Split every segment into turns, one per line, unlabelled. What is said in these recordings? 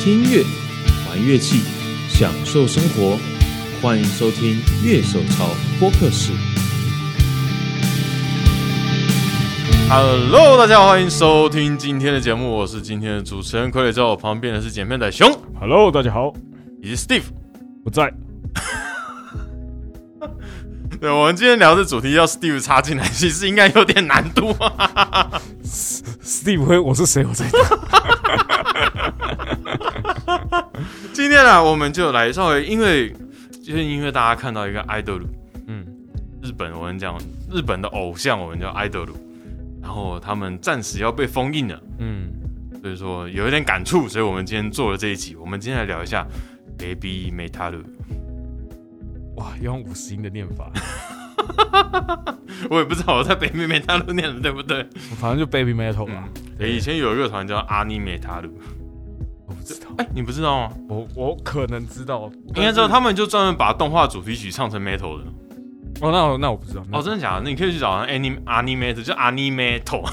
听音乐、玩乐器、享受生活，欢迎收听《乐手潮播客室》。
Hello，大家好，欢迎收听今天的节目，我是今天的主持人傀儡，在我旁边的是剪片仔熊，
Hello，大家好，
以及 Steve。
我在。
对，我们今天聊的主题要 Steve 插进来， 其实应该有点难度 啊。
Steve 会，我是谁？我在。
今天啊，我们就来稍微，因为就是因为大家看到一个 idol，
嗯，
日本我们讲日本的偶像，我们叫 idol，然后他们暂时要被封印了，
嗯，
所以说有一点感触，所以我们今天做了这一集，我们今天来聊一下 Baby Metal。
哇，要用五十音的念法，
我也不知道我在 Baby Metal 念的对不对。
反正就 Baby Metal 吧。
诶以前有一个团叫阿尼美塔鲁，
我不知道，
哎、你不知道吗？
我我可能知道，
应该知道，他们就专门把动画主题曲唱成 metal 的。
但是。哦，那我那我不知道。
哦，真的假的？那你可以去找 anim animate，就 animetal，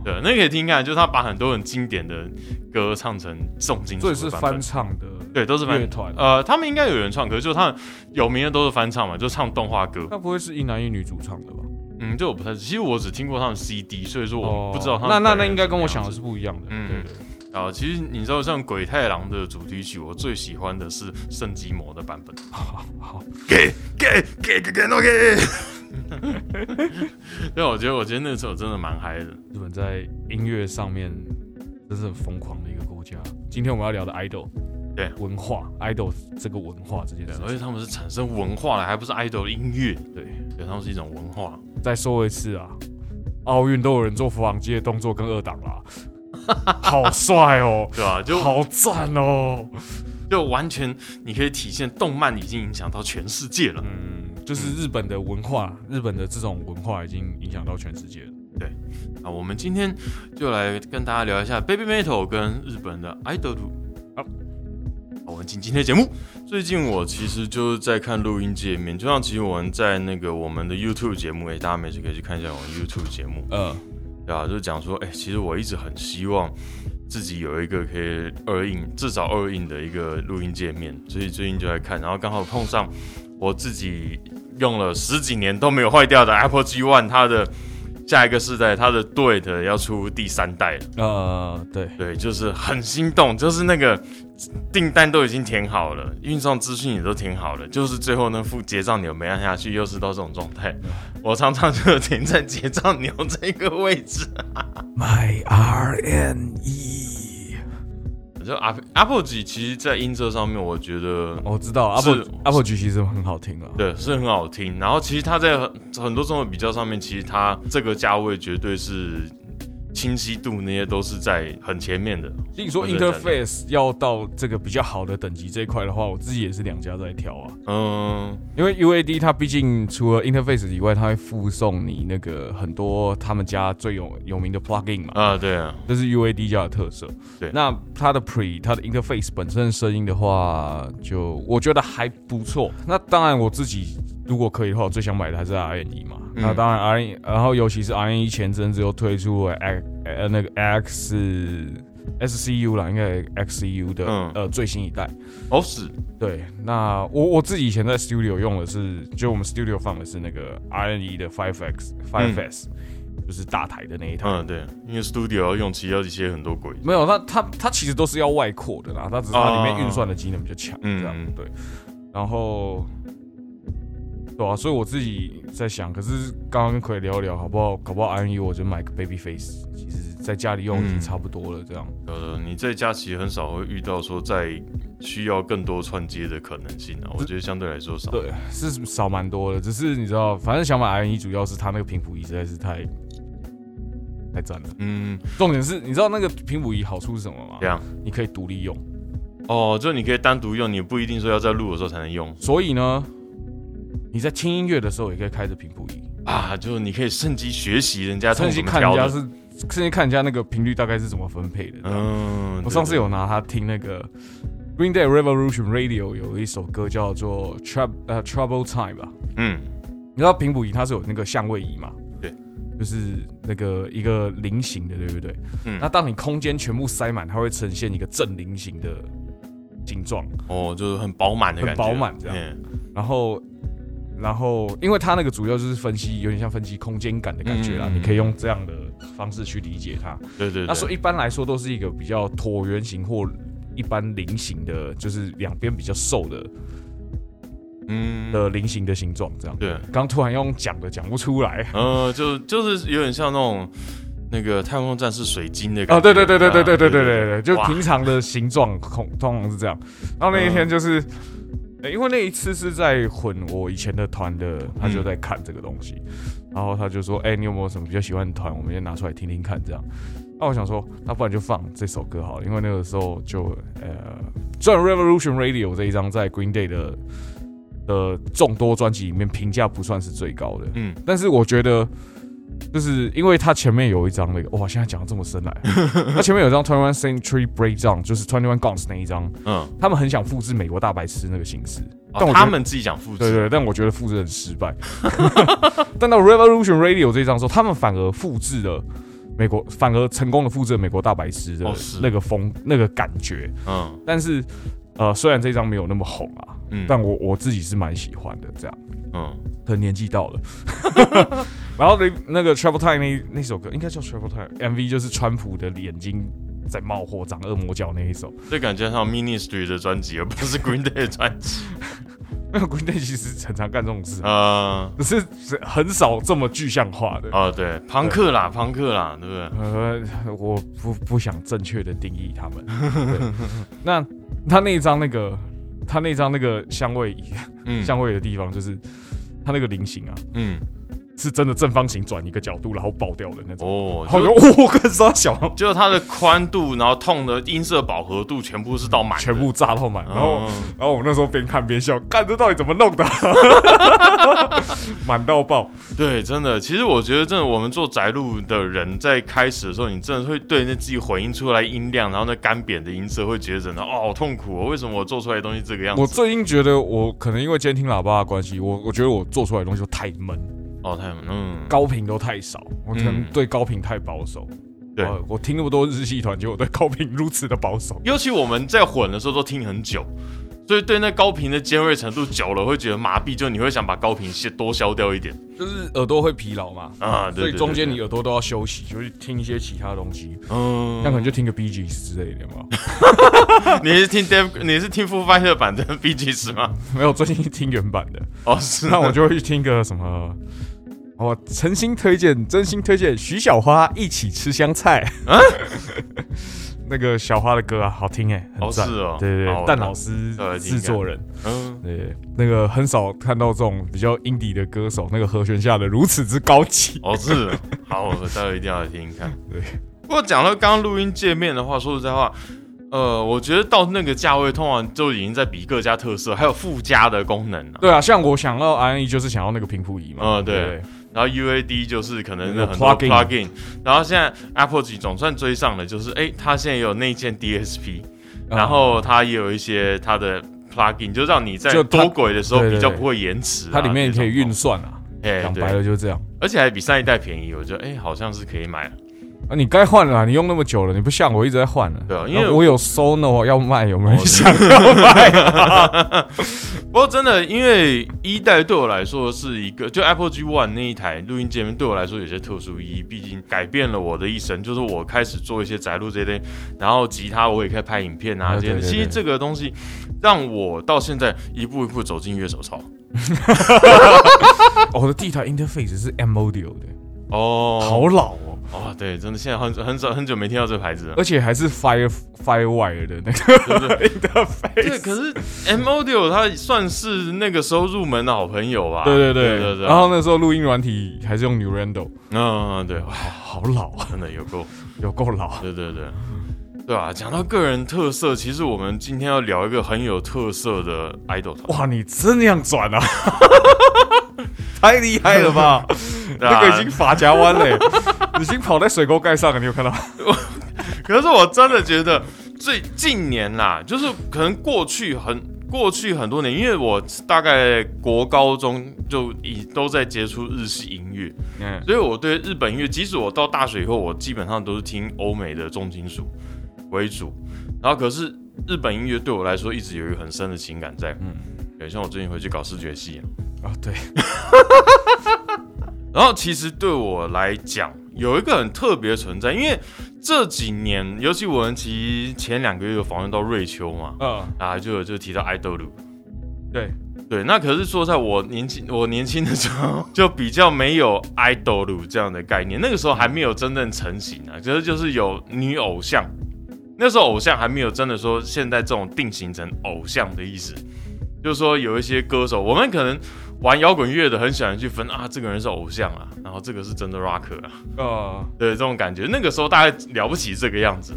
对，那个可以听看，就是他把很多很经典的歌唱成重金属的
这也是
版
翻
本。
唱的。
对，都是翻
乐团
呃，他们应该有人唱，可是就他们有名的都是翻唱嘛，就唱动画歌。
那不会是一男一女主唱的吧？
嗯，这我不太，其实我只听过他们 CD，所以说我不知道他们
哦
本
那
人
那那
是
应该跟我
什么样
想
子
的是不一样的。
嗯
对对对。
啊，其实你知道，像鬼太郎的主题曲，我最喜欢的是圣基摩的版本。
好好，
给给给给给诺给。 对，我觉得我觉得那时候真的蛮嗨的。
日本在音乐上面真是很疯狂的一个国家。今天我们要聊的 idol，
对
文化 idol 这个文化这件
对
事，
而
情。
且他们是产生文化的，还不是 idol 的音乐，
对，
对，他们是一种文化。
再说一次啊，奥运都有人做俯仰肌的动作跟二档啦， 好帅 哦，
对吧、就
好赞哦。
就完全你可以体现动漫已经影响到全世界了。
嗯，就是日本的文化，日本的这种文化已经影响到全世界了。
啊，我们今天就来跟大家聊一下 Baby Metal 跟日本的 idol。
好
好，我们进今天的节目。最近我其实就是在看录音界面，就像其实我们在那个我们的 YouTube 节目，哎、大家没事可以去看一下我们 YouTube 节目，
呃，
对啊，就讲说，哎、其实我一直很希望自己有一个可以二印，至少二印的一个录音界面，所以最近就在看，然后刚好碰上我自己用了十几年都没有坏掉的 Apple G One，它的下一个世代，它的对的要出第三代了，
呃，对，
对，就是很心动，就是那个订单都已经填好了，运送资讯也都填好了，就是最后呢付结账钮没按下去，又是到这种状态，我常常就 停在结账钮这个位置。
My R N E，
就 Apple Apple 几，其实在音色上面，我觉得
我知道
是
Apple Apple G 其实很好听啊。
对是很好听。然后其实它在很很多综合比较上面，其实它这个价位绝对是清晰度那些都是在很前面的。
你说
我认真的
Interface 要到这个比较好的等级这一块的话，我自己也是两家在挑啊。
嗯，
因为 UAD 它毕竟除了 interface 以外，它会附送你那个很多他们家最有有名的 plugin 嘛，
啊，对啊，
这是 UAD 家的特色。
对
那它的 pre 它的 interface 本身的声音的话，就我觉得还不错。那当然我自己如果可以的话，我最想买的还是 RNE 嘛。
嗯
那当然 RNE，然后尤其是 RNE 前阵子又推出了 X 呃那个 X SCU 啦，应该 XCU 的、
嗯
呃最新一代。
哦是，
对，那我我自己以前在 Studio 用的是，就我们 Studio 放的是那个 RNE 的 5X 5S，、就是大台的那一台。
嗯对，因为 Studio 要用，其实要一些很多鬼。
没有，它它它其实都是要外扩的啦，它只是它里面运算的机能比较强，
嗯
这样对。然后，对啊，所以我自己在想，可是刚刚可以聊一聊，好不好？搞不好 RNE 我就买个 Baby Face，其实在家里用已经
嗯
差不多了，这样。
呃，你在家其实很少会遇到说在需要更多串接的可能性啊，我觉得相对来说少。
对，是少蛮多的，只是你知道，反正想买 RNE 主要是它那个频谱仪实在是太太赞了。
嗯，
重点是，你知道那个平谱仪好处是什么吗
这？样
你可以独立用，
哦，就你可以单独用，你不一定说要在录的时候才能用。
所以呢，你在听音乐的时候也可以开着平谱仪，
啊，就是你可以趁机学习人家
甚
通
至
怎么
看人
调
家
的。
是，甚至看人家那个频率大概是怎么分配的。
嗯，
我上次
对
有拿它听那个 Green Day Revolution Radio 有一首歌叫做 Trou 呃 Trouble Time 吧，
嗯
你知道平谱仪它是有那个相位仪嘛？
对，
就是那个一个菱形的，对不对？
嗯
那当你空间全部塞满，它会呈现一个正菱形的形状。
哦，就是很饱满的感觉，
很饱满这样
嗯
然后，然后，因为它那个主要就是分析，有点像分析空间感的感觉啦。
嗯
你可以用这样的方式去理解它。
对对对。
那所以一般来说都是一个比较椭圆形或一般菱形的，就是两边比较瘦的
嗯，
的菱形的形状这样。
对，
刚突然用讲的讲不出来。
呃，就就是有点像那种那个太空战士水晶的感觉
哦，对对对对对
啊
对对对对对，就
哇
平常的形状通通常是这样。然后那一
嗯
天就是，呃因为那一次是在混我以前的团的，他就在看这个东西，然后他就说：“哎、你有没有什么比较喜欢的团？我们先拿出来听听看。”这样。那我想说，那不然就放这首歌好了，因为那个时候就呃，虽然 Revolution Radio 这一张在 Green Day 的的众多专辑里面评价不算是最高的，
嗯，
但是我觉得，就是因为他前面有一张那个，哇，现在讲的这么深 来，他前面有一张 Twenty One Century Breakdown，就是 Twenty One Guns 那一张，
嗯，
他们很想复制美国大白痴那个形式，但
哦
我觉得
他们自己讲复
对
制，
对，但我觉得复制很失 败。但到 Revolution Radio 这一张之后，他们反而复制了。美国反而成功的复制了美国大白痴的
哦是
那个风、那个感觉，
嗯
但是，呃，虽然这张没有那么红啊，
嗯
但我我自己是蛮喜欢的这样。
嗯，
可能年 纪到了。然后那那个 Travel Time 那那首歌应该叫 Travel Time，MV 就是川普的眼睛在冒火、长恶魔角那一首。
这感觉像 Ministry 的专辑，而不是 Green Day 的专辑，
那 Green Day 其实很常干这种事，
呃。
只是只很少这么具象化的。
哦，对，庞克啦，庞克啦，对不对？
呃，我不不想正确的定义他们。 对那他那一张那个，他那张那个香味椅
嗯，
香味的地方，就是他那个菱形啊，
嗯，
是真的正方形转一个角度，然后爆掉的那种。
哦，
然后
就
我就我跟他小，
就是它的宽度，然后痛的音色饱和度全部是到满的，
全部炸到满，然后、
嗯
然后我那时候边看边笑，干这到底怎么弄的， 满到爆。
对，真的，其实我觉得，真的，我们做宅录的人，在开始的时候，你真的会对那自己混音出来音量，然后那干扁的音色，会觉得真的哦，好痛苦哦，为什么我做出来的东西这个样
我
子？
最近觉得我可能因为监听喇叭的关系，我我觉得我做出来的东西都太闷，
哦，太嗯，
高频都太少，我可能
嗯
对高频太保守。
对
我我听那么多日系团，结果对高频如此的保守。
尤其我们在混的时候都听很久，所以对那高频的尖锐程度久了，会觉得麻痹，就你会想把高频先多消掉一点
就是耳朵会疲劳嘛，
啊。对
哦所以中间你
有
耳朵都要休息，就是听一些其他东西，那可
嗯，
能就听个 B G 之类的嘛。
你是听 Dave，你是听 Foo Fighter 版的 B G 十吗？
没有，最近听原版的。
哦， 是
那我就会去听个什么。我诚心推荐，真心推荐徐小花一起吃香菜。
啊
那个小花的歌啊，好听哎、很
哦
赞。
是哦
对对
好
对，
我
蛋老师
再来听一下
制作人，
嗯，
对，那个很少看到这种比较 indie 的歌手，那个和弦下的如此之高级。
哦，是，好，我待会一定要来听听看。
对，
不过讲到刚刚录音界面的话，说实在话，呃，我觉得到那个价位，通常就已经在比各家特色，还有附加的功能了、
对啊，像我想要 R N E 就是想要那个平铺仪嘛。
嗯对
对
然后 UAD 就是可能
有
很多
plugin
plugin，然后现在 Apple 几总算追上了，就是哎，它现在有内建 DSP，
嗯
然后它也有一些它的 plugin，就让你在
就它
多轨的时候
对对
比较
对
不会延迟、啊。
它里面也可以运
算，
算啊。
哎，
讲白
对，
了就是这样。
而且还比上一代便宜，我觉得哎，好像是可以买。
啊，你该换了啊，你用那么久了，你不像我一直在换了。
对啊因为
然后我有 Sono 要卖，有没
哦
有人想要卖？
不过真的，因为一代对我来说是一个，就 Apple G One 那一台录音界面对我来说有些特殊意义，毕竟改变了我的一生。就是我开始做一些宅录这些，然后吉他我也可以拍影片啊
啊
这些。
对对对
其实这个东西让我到现在一步一步走进乐手潮。
我的第一哦台 interface 是 M Audio 的，
哦，
好老哦，
好哦，对，真的现在很很少很久没听到这个牌 子了。
而且还是 Fire Firewire 的那个 interface。
对，可是 M Audio 它算是那个时候入门的好朋友吧？
对对
对
对
对对。
然后那时候录音软体还是用 Nurendo，
嗯，对，哇，
好老啊，
真的有够。
有够老。啊
对对对，对啊，讲到个人特色，其实我们今天要聊一个很有特色的 idol 团，
哇，你真那样转 啊，太厉害了 吧！
对啊
那个已经法夹弯嘞，已经跑在水沟盖上了，你有看到？
可是我真的觉得最近年啦，就是可能过去很。过去很多年，因为我大概国高中就已都在接触日系音乐，
嗯，
所以我对日本音乐，即使我到大学以后，我基本上都是听欧美的重金属为主。然后可是日本音乐对我来说一直有一个很深的情感在，嗯
嗯，
对，像我最近回去搞视觉系啊，
啊，对，
然后其实对我来讲，有一个很特别的存在，因为这几年，尤其我们其实前两个月有访问到瑞秋嘛，
嗯，
啊，就有就提到爱豆鲁，
对，
对，那可是说在我年轻我年轻的时候，就比较没有 idol 这样的概念，那个时候还没有真正成型啊，其实就是有女偶像，那时候偶像还没有真的说现在这种定型成偶像的意思，就是说有一些歌手，我们可能玩摇滚乐的很喜欢去分啊，这个人是偶像啊，然后这个是真的 rocker 啊，
呃，
对这种感觉，那个时候大概了不起这个样子。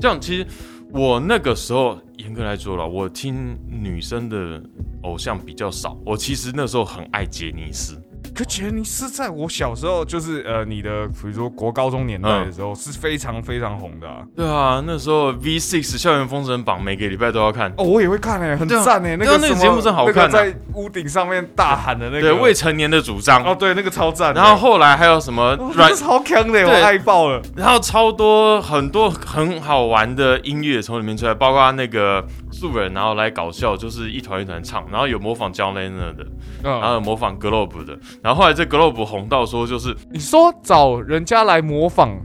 这样其实我那个时候严格来说了，我听女生的偶像比较少。我其实那时候很爱杰尼斯，
可杰尼斯在我小时候，就是呃，你的比如说国高中年代的时候，是非常非常红的啊。
对啊，那时候 V Six 校园封神榜每个礼拜都要看。
哦，我也会看诶，很
对啊
赞诶，欸那
对啊
个
那个
什么
节目真好看啊
那个在屋顶上面大喊的那个，
对未成年的主张，
哦，对，那个超赞的。
欸然后后来还有什么
哦
软
那，超强的，我
对
爱爆了。
然后超多很多很好玩的音乐从里面出来，包括那个素人，然后来搞笑，就是一团一团唱，然后有模仿 John Lennon 的，然后
嗯，
有模仿 Globe 的，然后后来这 Globe 红到说就是
你说找人家来模仿，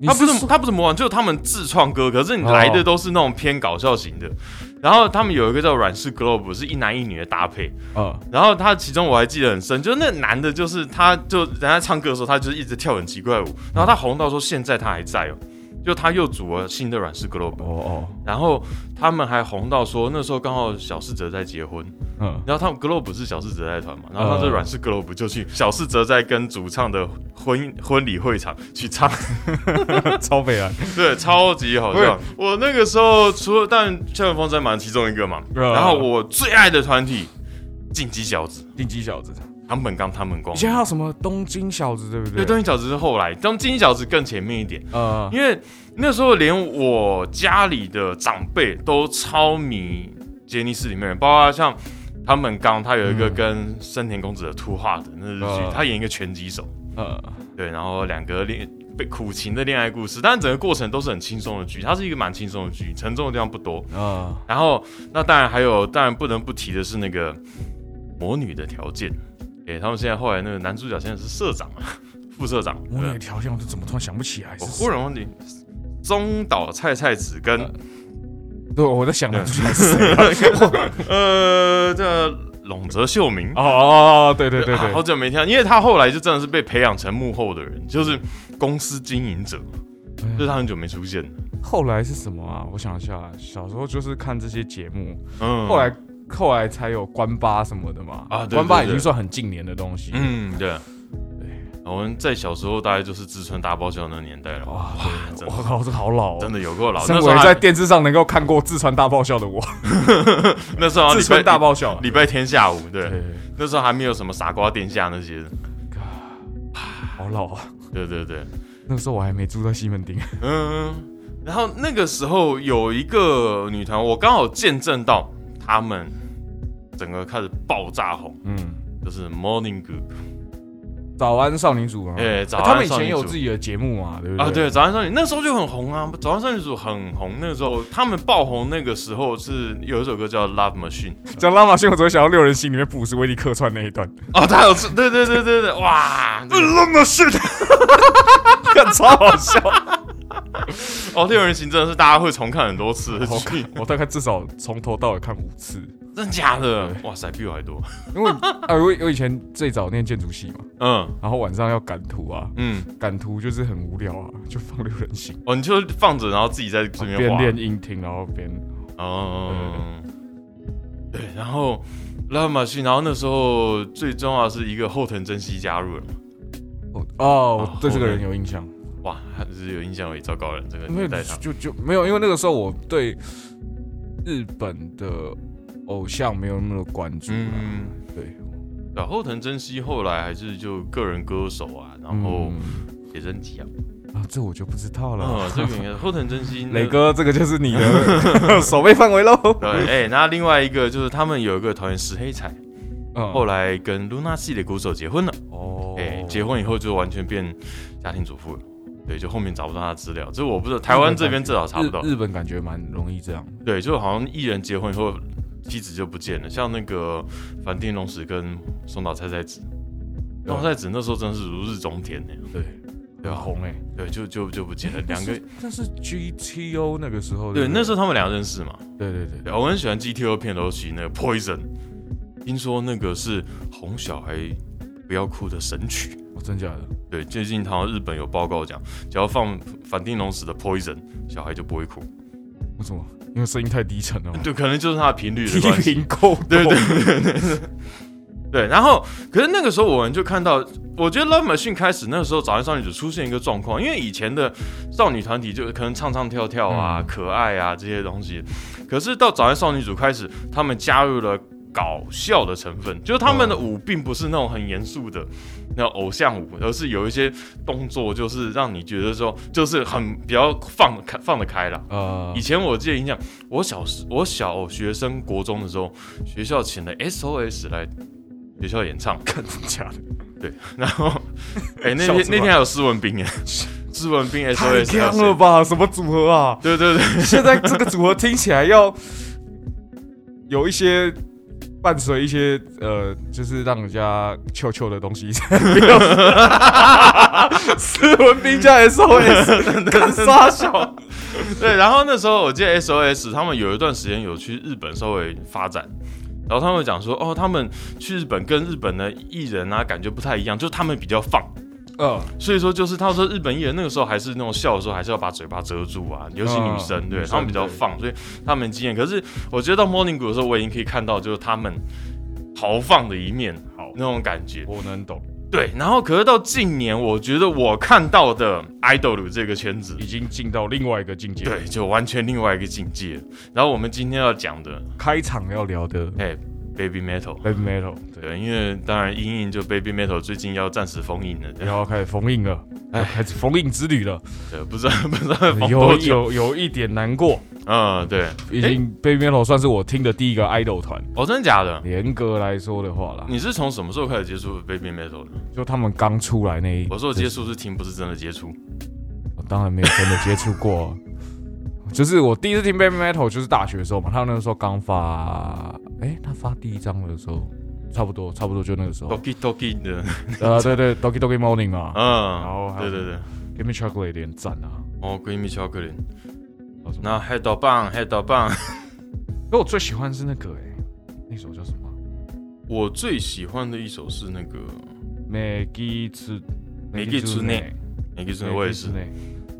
你
他不是
说
他不是模仿，就是他们自创歌，可是你来的
哦
都是那种偏搞笑型的。然后他们有一个叫软式 Globe，是一男一女的搭配。
呃，
然后他其中我还记得很深，就是那男的，就是他就人家唱歌的时候，他就是一直跳很奇怪的舞。然后他红到说现在他还在哦，就他又组了新的软式 Globe。
哦哦，
然后他们还红到说那时候刚好小四哲在结婚，
嗯，
然后他们 Globe 是小四哲在团嘛，然后他这
嗯
软式 Globe 就去小四哲在跟主唱的婚婚礼会场去 唱，
超北蓝。
对，超级好笑。我那个时候除了但校园风筝蛮其中一个嘛，
嗯
然后我最爱的团体进击小子，
定基小子，
堂本刚、堂本光
以，前还有什么东京小子，对不
对，
对？
东京小子是后来，当进击小子更前面一点，
呃，
因为那时候连我家里的长辈都超迷杰尼斯里面的人，包括像堂本刚，他有一个
嗯
跟森田公子的图画的那日剧，
嗯
他演一个拳击手，
呃，
对，然后两个恋被苦情的恋爱故事，但整个过程都是很轻松的剧，它是一个蛮轻松的剧，沉重的地方不多。
呃，
然后那当然还有，当然不能不提的是那个魔女的条件，诶、他们现在后来那个男主角现在是社长啊， 副社长，
我
对
哪条件我怎么突然想不起来？
我
是
忽然忘记中岛菜菜子跟
对，我在想
对
男主角是谁啊
呃这龙泽秀明。
哦哦，哦对对对
啊好
对，
久没听到，因为他后来就真的是被培养成幕后的人，就是公司经营者，
嗯
就是他很久没出现了。
后来是什么啊？我想一下，小时候就是看这些节目，
嗯，
后来后来才有关八什么的嘛。
啊对对
关八
对
已经算很近年的东西。
嗯，对。我们在小时候大概就是自穿大爆笑那年代了，
哇，
真的
我靠，这好老哦！
真的有够老。
身
那时候
为在
还哦
电视上能够看过自传大爆笑的我，
那时候好像
自
礼拜
传大爆笑。
礼拜天下午，对，
对，
那时候还没有什么傻瓜殿下那些的，
好老啊！
对对对，
那时候我还没住在西门町。
嗯。然后那个时候有一个女团，我刚好见证到他们整个开始爆炸红，
嗯，
就是 Morning Good
早安少女组啊，
哎早安
他们以
少
前
女
有
组
自己的节目嘛，对不对？
啊，对，早安少女那时候就很红啊，早安少女组很红，那个时候他们爆红，那个时候是有一首歌叫 Love Machine，
讲拉马逊，我只会想到六人行里面布鲁斯威利客串那 一段。
哦，他有吃，对对对对对，哇， 这个
拉马逊，看超好 笑。
哦，六人行真的是大家会重看很多次的剧，
我大概至少从头到尾看五次，
真假的？哇塞，比我还多。
因为啊，我我以前最早念建筑系嘛，
嗯
然后晚上要赶图啊，
嗯，
赶图就是很无聊啊，就放六人行，
哦，你就放着，然后自己在这边
边
滑。
练音听，然后边
哦，对，然后 Love Machine，然后那时候最重要的是一个后藤真希加入了嘛。
哦哦，我对
后
这个人
面
有印象，
哇，还是有印象为糟糕了，这个
没有
年代上，
就就没有，因为那个时候我对日本的偶像没有那么的关注啊，
嗯，
对，
对，后藤真希后来还是就个人歌手啊，然后
嗯
写真集啊，
啊，这我就不知道了。
嗯，这个应 该后藤真心
磊哥，这个就是你的 守备范围喽。
嗯对，哎、那另外一个就是他们有一个团员石黑彩，
嗯
后来跟 Luna 系的鼓手结婚了，
哦
哎、结婚以后就完全变家庭主妇了。对，就后面找不到他的资料，这我不知道，台湾这边至少查不到。
日日本感觉蛮容易这样。
对，就好像艺人结婚以后妻子就不见了，像那个反町隆史跟松岛菜菜子，
对
松
啊
岛菜子那时候真是如日中天呢。
对，
对
很
啊
红哎。
对，就就就不见 了，两个。
那是 GTO 那个时候。
对，那时
候。
候他们两个认识嘛。
对对对。
对，啊我很喜欢 GTO 片头曲那个 Poison，听说那个是哄小孩不要哭的神曲。
哦，真假的？
对，最近好像日本有报告讲，只要放反町隆史的 Poison，小孩就不会哭。
为什么？因为声音太低沉 了吗。
对，可能就是它的频率的关 系。
够
对对 对对对对，然后可是那个时候我们就看到，我觉得 Love Machine 开始那个时候，早安少女组出现一个状况，因为以前的少女团体就可能唱唱跳跳啊、
嗯
可爱啊这些东西，可是到早安少女组开始，他们加入了。搞笑的成分，就是他们的舞并不是那种很严肃的那种偶像舞，而是有一些动作，就是让你觉得说，就是很比较放得开放得开啦。
呃
以，前我记得印象，我小时我小学生国中的时候，学校请了 SOS 来学校演唱，
看真假的，
对，然 后哎、那
笑
天
死
那
吧
天还有施文 斌哎，施文斌
太
SOS
强
要
了
先
吧？什么组合 啊？
对对对，
现在这个组合听起来要有一些伴随一些呃，就是让人家臭臭的东西。 斯文斌加 SOS，干傻笑。
对，然后那时候我记得 SOS 他们有一段时间有去日本稍微发展，然后他们讲说哦，他们去日本跟日本的艺人啊感觉不太一样，就是他们比较放，
嗯，
所以说就是他说日本艺人那个时候还是那种笑的时候还是要把嘴巴遮住啊，尤其女生、
嗯
对
女生
他们比较
对
放，所以他们很经验。可是我觉得到 Morning 谷的时候，我已经可以看到就是他们豪放的一面，
好
那种感觉。
我能懂，
对，然后可是到近年，我觉得我看到的 idol 这个圈子
已。经进到另外一个境界。
对，，就完全另外一个境界。然后我们今天要讲的，
开场要聊的
哎、b a b y Metal，
Baby Metal，对，
对，因为当然因应就 Baby Metal 最近要暂时封印了，
然后开始封印了，要开始封印之旅了，
对，不知道不知道 封
有
多久。
有有一点难过。
嗯，对，
已经 Baby Metal 算是我听的第一个 idol 团，
哦，真的假的？
严格来说的话啦，
你是从什么时候开始接触 Baby Metal 的？
就他们刚出来那一，
我说的接触是听，不是真的接触。
我当然没有真的接触过啊、 就是我第一次听 Baby Metal 就是大学的时候嘛，他那个时候刚发，哎、他发第一张的时候，差不多差不多就那个时候，
Toki Toki 的，
呃，对对，Doki Doki Morning 嘛、后
嗯，
还
对
有
对对，
g i v e Me Chocolate 点赞啊，
哦，闺蜜巧克力，
还有什么
那黑豆棒，黑豆棒，
那我最喜欢是那个哎、那首叫什么
我最喜欢的一首是那个
Maggie 之
Maggie 之内 m a g g 我也是，
那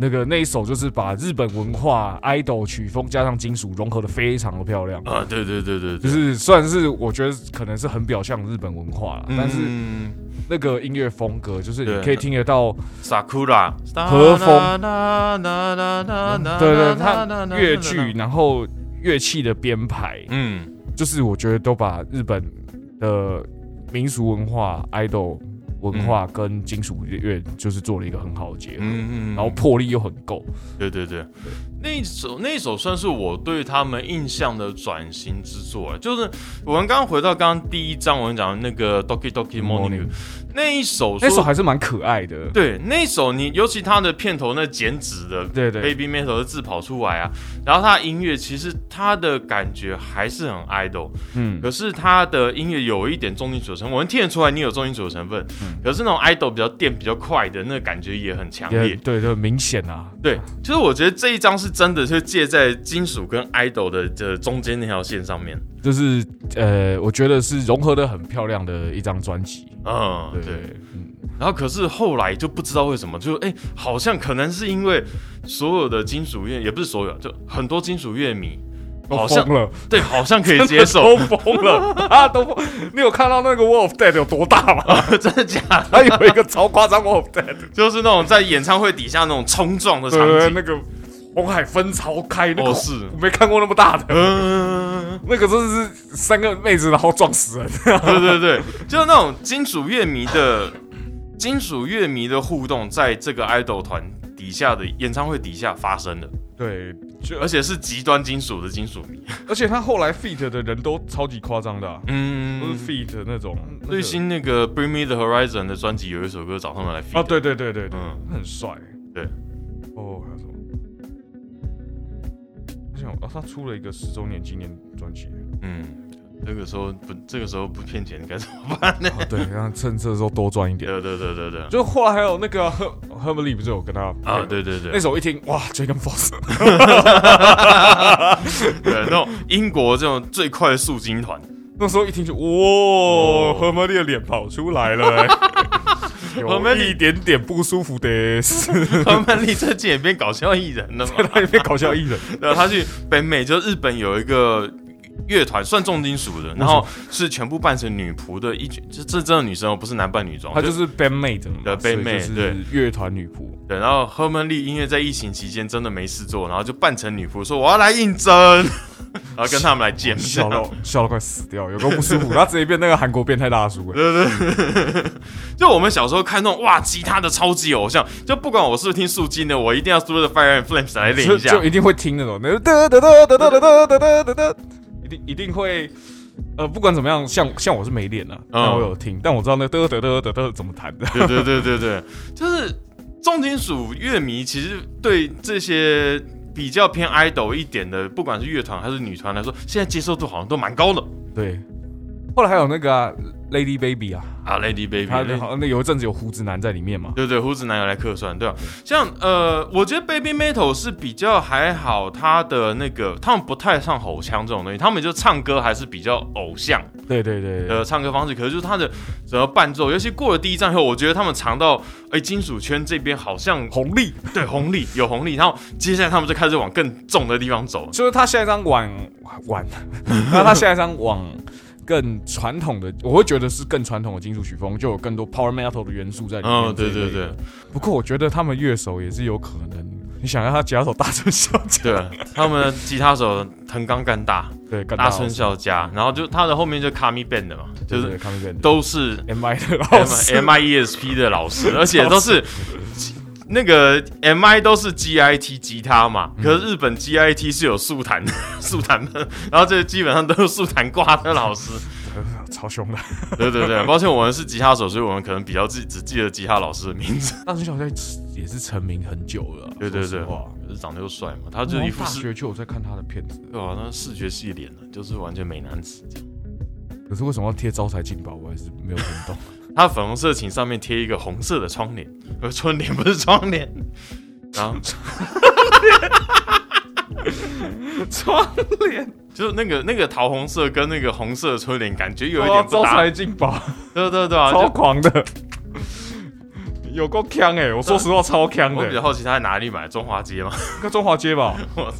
那个那一首就是把日本文化、idol 曲风加上金属融合的非常的漂亮，
啊，对对对对
就
对，
是虽然是我觉得可能是很表象日本文化啦，但是
嗯
那个音乐风格就是
对
你可以听得到，
Sakura
和风对对，它
它
乐句，，然后乐器的编排，
嗯，
就是我觉得都把日本的民俗文化、idol 文化跟金属乐就是做了一个很好的结合，
嗯嗯嗯，
然后魄力又很够，
对对对，那一首那一首算是我对他们印象的转型之作啊，就是我们刚刚回到刚刚第一章，我们讲的那个 Doki Doki Morning 那一首说，
那首还是蛮可爱的，
对那一首你尤其它的片头那剪纸的
对对。
Baby Metal 的字跑出来啊，然后它的音乐其实它的感觉还是很 idol，
嗯
可是它的音乐有一点重金属的成分，我能听得出来你有重金属的成分，
嗯
可是那种 idol 比较电比较快的那个感觉也很强烈
也，对对，明显啊，
对，其实我觉得这一张是真的，就介在金属跟 idol 的这中间那条线上面。
就是呃，我觉得是融合的很漂亮的一张专辑。
嗯，
对
对。
嗯，
然后可是后来就不知道为什么，就哎、好像可能是因为所有的金属乐，也不是所有，就很多金属乐迷，好
都
像
哦疯了，
对，好像可以接受，
都疯了，啊，都疯！你有看到那个 Wolf Dead 有多大 吗？
真的假的？
他有一个超夸张 Wolf Dead，
就是那种在演唱会底下那种冲撞的
对
场
对，
景。
那个红海分超开，那个
哦是
我没看过那么大的，
嗯，
那个真的是三个妹子然后撞死人，
对 对对，就是那种金属乐迷的金属乐迷的互动，在这个 idol 团底下的演唱会底下发生的，
对，就
而且是极端金属的金属迷。
而且他后来 feat 的人都超级夸张的、啊，都
嗯
是 feat 那种那个
最新那个《Bring Me the Horizon》的专辑有一首歌找他们来 feat
啊，，对对对对对，
嗯，
很帅。
对，
哦，还有什么？我想啊，他出了一个十周年纪念专 辑。
嗯，这个时候不，这个时候不骗钱该怎么办呢？
哦，对，然后趁这时候多赚一点。
对对对对对，
就后来还有那个 Her- Hermely 不是有跟他
啊，对对对
那，首一听哇，Dragon Force，
对那种英国这种最快的速金 团，
那时候一听就
哦
哇，Hermely 的脸跑出 来了、欸，有
Hermely
一点点不舒 服的 是，
他们力这届也变搞笑艺人了嘛。
他里面搞笑艺人，
然后他去北美，就日本有一个乐团，算重金属的，然后是全部扮成女仆的一群，这这真的女生哦，不是男扮女装。
她就是 bandmate 嘛
对
所以
bandmate，
就是
对
乐团女 仆，
对，然后赫曼利因为在疫情期间真的没事做，然后就扮成女仆说我要来应征，然后跟他们来见面
笑。到笑到快死掉，有个不舒服，他直接变那个韩国变态大叔、欸，
就我们小时候看那种哇吉他的超级偶像，就不管我是不是听素金的，我一定要 Through the Fire and Flames 来练
就
一下
就。一定会听那种哒哒哒哒哒哒哒哒哒哒哒，一定一定会。呃，不管怎么样，像像我是没练
嗯
啊，但我有听，但我知道那哒哒哒哒哒怎么弹的。
对对对对对，就是重金属乐迷其实对这些比较偏 idol 一点的，不管是乐团还是女团来说，现在接受度好像都蛮高的
对，后来还有那个、啊、Lady Baby 啊，
啊，Lady
他
Baby。
好像那有一阵子有胡子男在里面嘛。
对对，胡子男友来客串，对吧、像呃，我觉得 Baby Metal 是比较还好，他的那个他们不太唱吼腔这种东西，他们就唱歌还是比较偶像
对对对对，
的呃唱歌方式。可是就是他的整个伴奏，尤其过了第一站以后，我觉得他们尝到哎金属圈这边好像
红利
对，红利有红利，然后接下来他们就开始往更重的地方走。
就是他下一张往往， 那他下一张往更传统的，我会觉得是更传统的金属曲风，就有更多 power metal 的元素在里面。
嗯，对对对。
不过我觉得他们乐手也是有可能，你想让他吉他手大声笑起来，
对，啊他们的吉他手藤冈干大、
对，干
大
大
村孝家，然后就他的后面就卡米 band 的嘛，就
就是是他们跟
都是
M I 的老
M
师
M I E S P 的老师，而且都是那个 M I 都是 G I T 吉他嘛，
嗯
可是日本 G I T 是有速弹速弹的，然后这基本上都是速弹挂的老师。
超凶的。
对对对，抱歉，我们是吉他手，所以我们可能比较记只记得吉他老师的名字。
大村小也是成名很久了啊，
对对
说
对
实话。，
可是长得又帅嘛，他就一副
大
是，
学就有在看他的片子，
对啊，那视觉系脸呢，就是完全美男子。
可是为什么要贴招财进宝，我还是没有听懂。
他粉红色琴上面贴一个红色的窗帘，呃，春联不是窗帘。然后
窗 帘，
就是那个那个桃红色跟那个红色的春联，感觉有一
我要
点不
哦招
搭
财。进宝，
对对对啊，
超
就
狂的，有够强哎！我说实话超强
我比较
的，
好奇他在哪里买，中华街吗？
应该中华街 吧？
我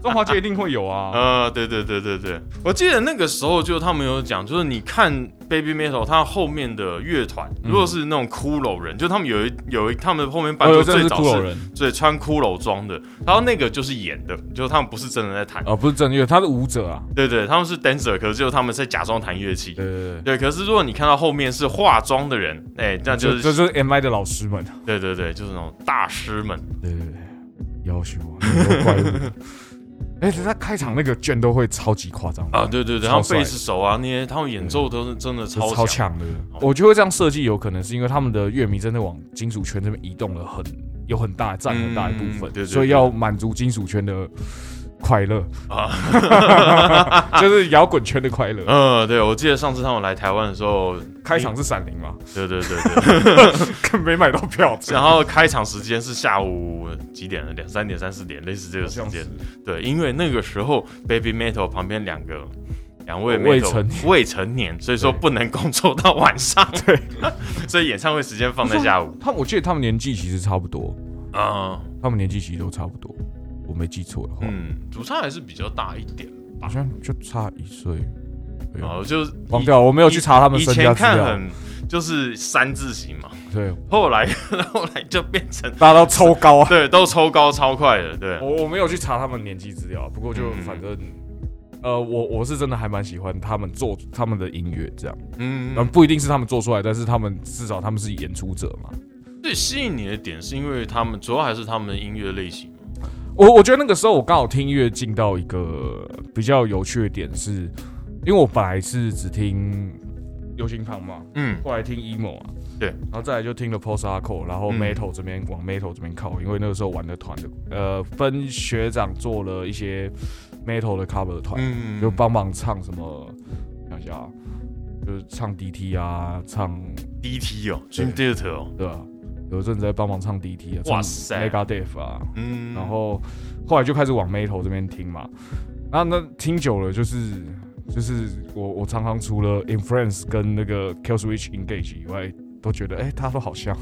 中华街一定会有啊。
呃，对对对对对，我记得那个时候就他们有讲，就是你看 Baby Metal 他后面的乐团，
嗯
如果是那种骷髅人，就他们有一有一他们后面
哦
版就最
真的是
早
骷髅
是
人
对穿骷髅装的，然后那个就是演的，就是他们不是真的在弹，
哦，不是正月，他是舞者啊。
对对，他们是 dancer，可是就是他们在假装弹乐器。
对对对，
对，可是如果你看到后面是化妆的人，哎，那就
这
是
这就是 M I 的老师们。
对对对，就是那种大师们。
对对对，要求 有怪物。哎，他开场那个卷都会超级夸张
啊，对对对，然后
超帅嗯
贝斯手啊那些，他们演奏都是真的超强。
超
哦
强的。我觉得这样设计有可能是因为他们的乐迷真的往金属圈这边移动了很有很大占很大一部
嗯
分，
对对
所以
对
要满足金属圈的快乐
啊
啊， 就是摇滚圈的快乐。
嗯，对，我记得上次他们来台湾的时候，
开场是闪灵嘛，
对对对 对，
更没买到票，
然后开场时间是下午几点了？两三点、三四点，类似这个时
好像
间
是。
对，因为那个时候 Baby Metal 旁边两个两位
未
metal-
成年
未成年，所以说
对
不能工作到晚上，
对，
所以演唱会时间放在下 午。
他们我记得他们年纪其实差不多，
嗯
他们年纪其实都差不多，我没记错的话，
嗯，主唱还是比较大一点
好像就差一岁。对
啊，就是
忘
以
掉，我没有去查他们
以
身家
前
资
看
料。
很就是三字形嘛，
对，
后来 后来就变成
大家都抽高啊！
对，都超高超快的，对。
我我没有去查他们年纪资料，不过就
嗯
反正，呃，我我是真的还蛮喜欢他们做他们的音乐这样，
嗯
嗯，不一定是他们做出来，但是他们至少他们是演出者嘛，
最吸引你的点是因为他们主要还是他们的音乐类型嘛。
我我觉得那个时候我刚好听音乐进到一个比较有趣的点是，因为我本来是只听流行胖嘛，
嗯，
后来听 emo 啊，
对
然后再来就听了 post hardcore，然后
嗯
metal 这边往 metal 这边靠，因为那个时候玩的团的，呃，分学长做了一些 metal 的 cover 团，
嗯
就帮忙唱什么，想一下啊，就是唱 DT 啊，唱
DT 哦，Dream Theater 哦，
对吧、有一阵子在帮忙唱 DT 啊，
哇塞
m e g a d e v 啊，
嗯，
然后后来就开始往 metal 这边听嘛，那那听久了就是就是我我常常除了 Influence 跟那个 Kill Switch Engage 以外，都觉得哎、他都好像，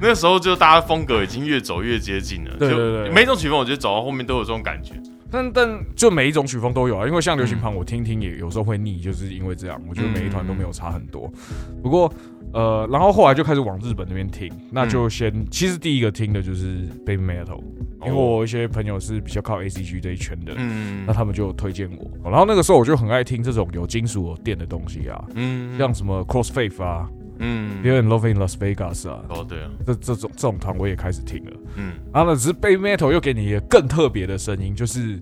那时候就大家风格已经越走越接近了，
对
就
对对
每种曲风我觉得走到后面都有这种感觉，
但但就每一种曲风都有啊，因为像流行盘我听听也有时候会腻，就是因为这样，我觉得每一团都没有差很多。不过呃，然后后来就开始往日本那边听，那就先、其实第一个听的就是 Baby Metal，因为我有一些朋友是比较靠 A C G 这一圈的，
嗯
那他们就推荐我。哦然后那个时候我就很爱听这种有金属有电的东西啊，
嗯
像什么 Crossfaith 啊、
嗯
b e e r and Love in Las Vegas 啊，
哦对啊，
这这种这种团我也开始听了。
嗯
然后呢，只是 Baby Metal 又给你一个更特别的声音，就是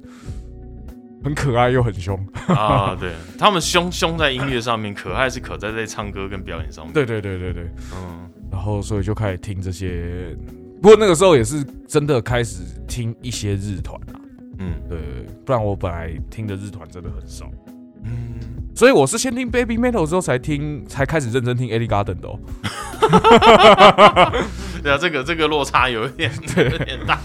很可爱又很凶。
啊对，他们凶凶在音乐上面，可爱是可在在唱歌跟表演上面，
对对对对对。
嗯
然后所以就开始听这些，不过那个时候也是真的开始听一些日团啊，
嗯
对，不然我本来听的日团真的很少。
嗯，
所以我是先听 Baby Metal 之后才听，才开始认真听 Ellie Garden 的哦。
对啊，这
嗯
个这个落差有一 点有点大。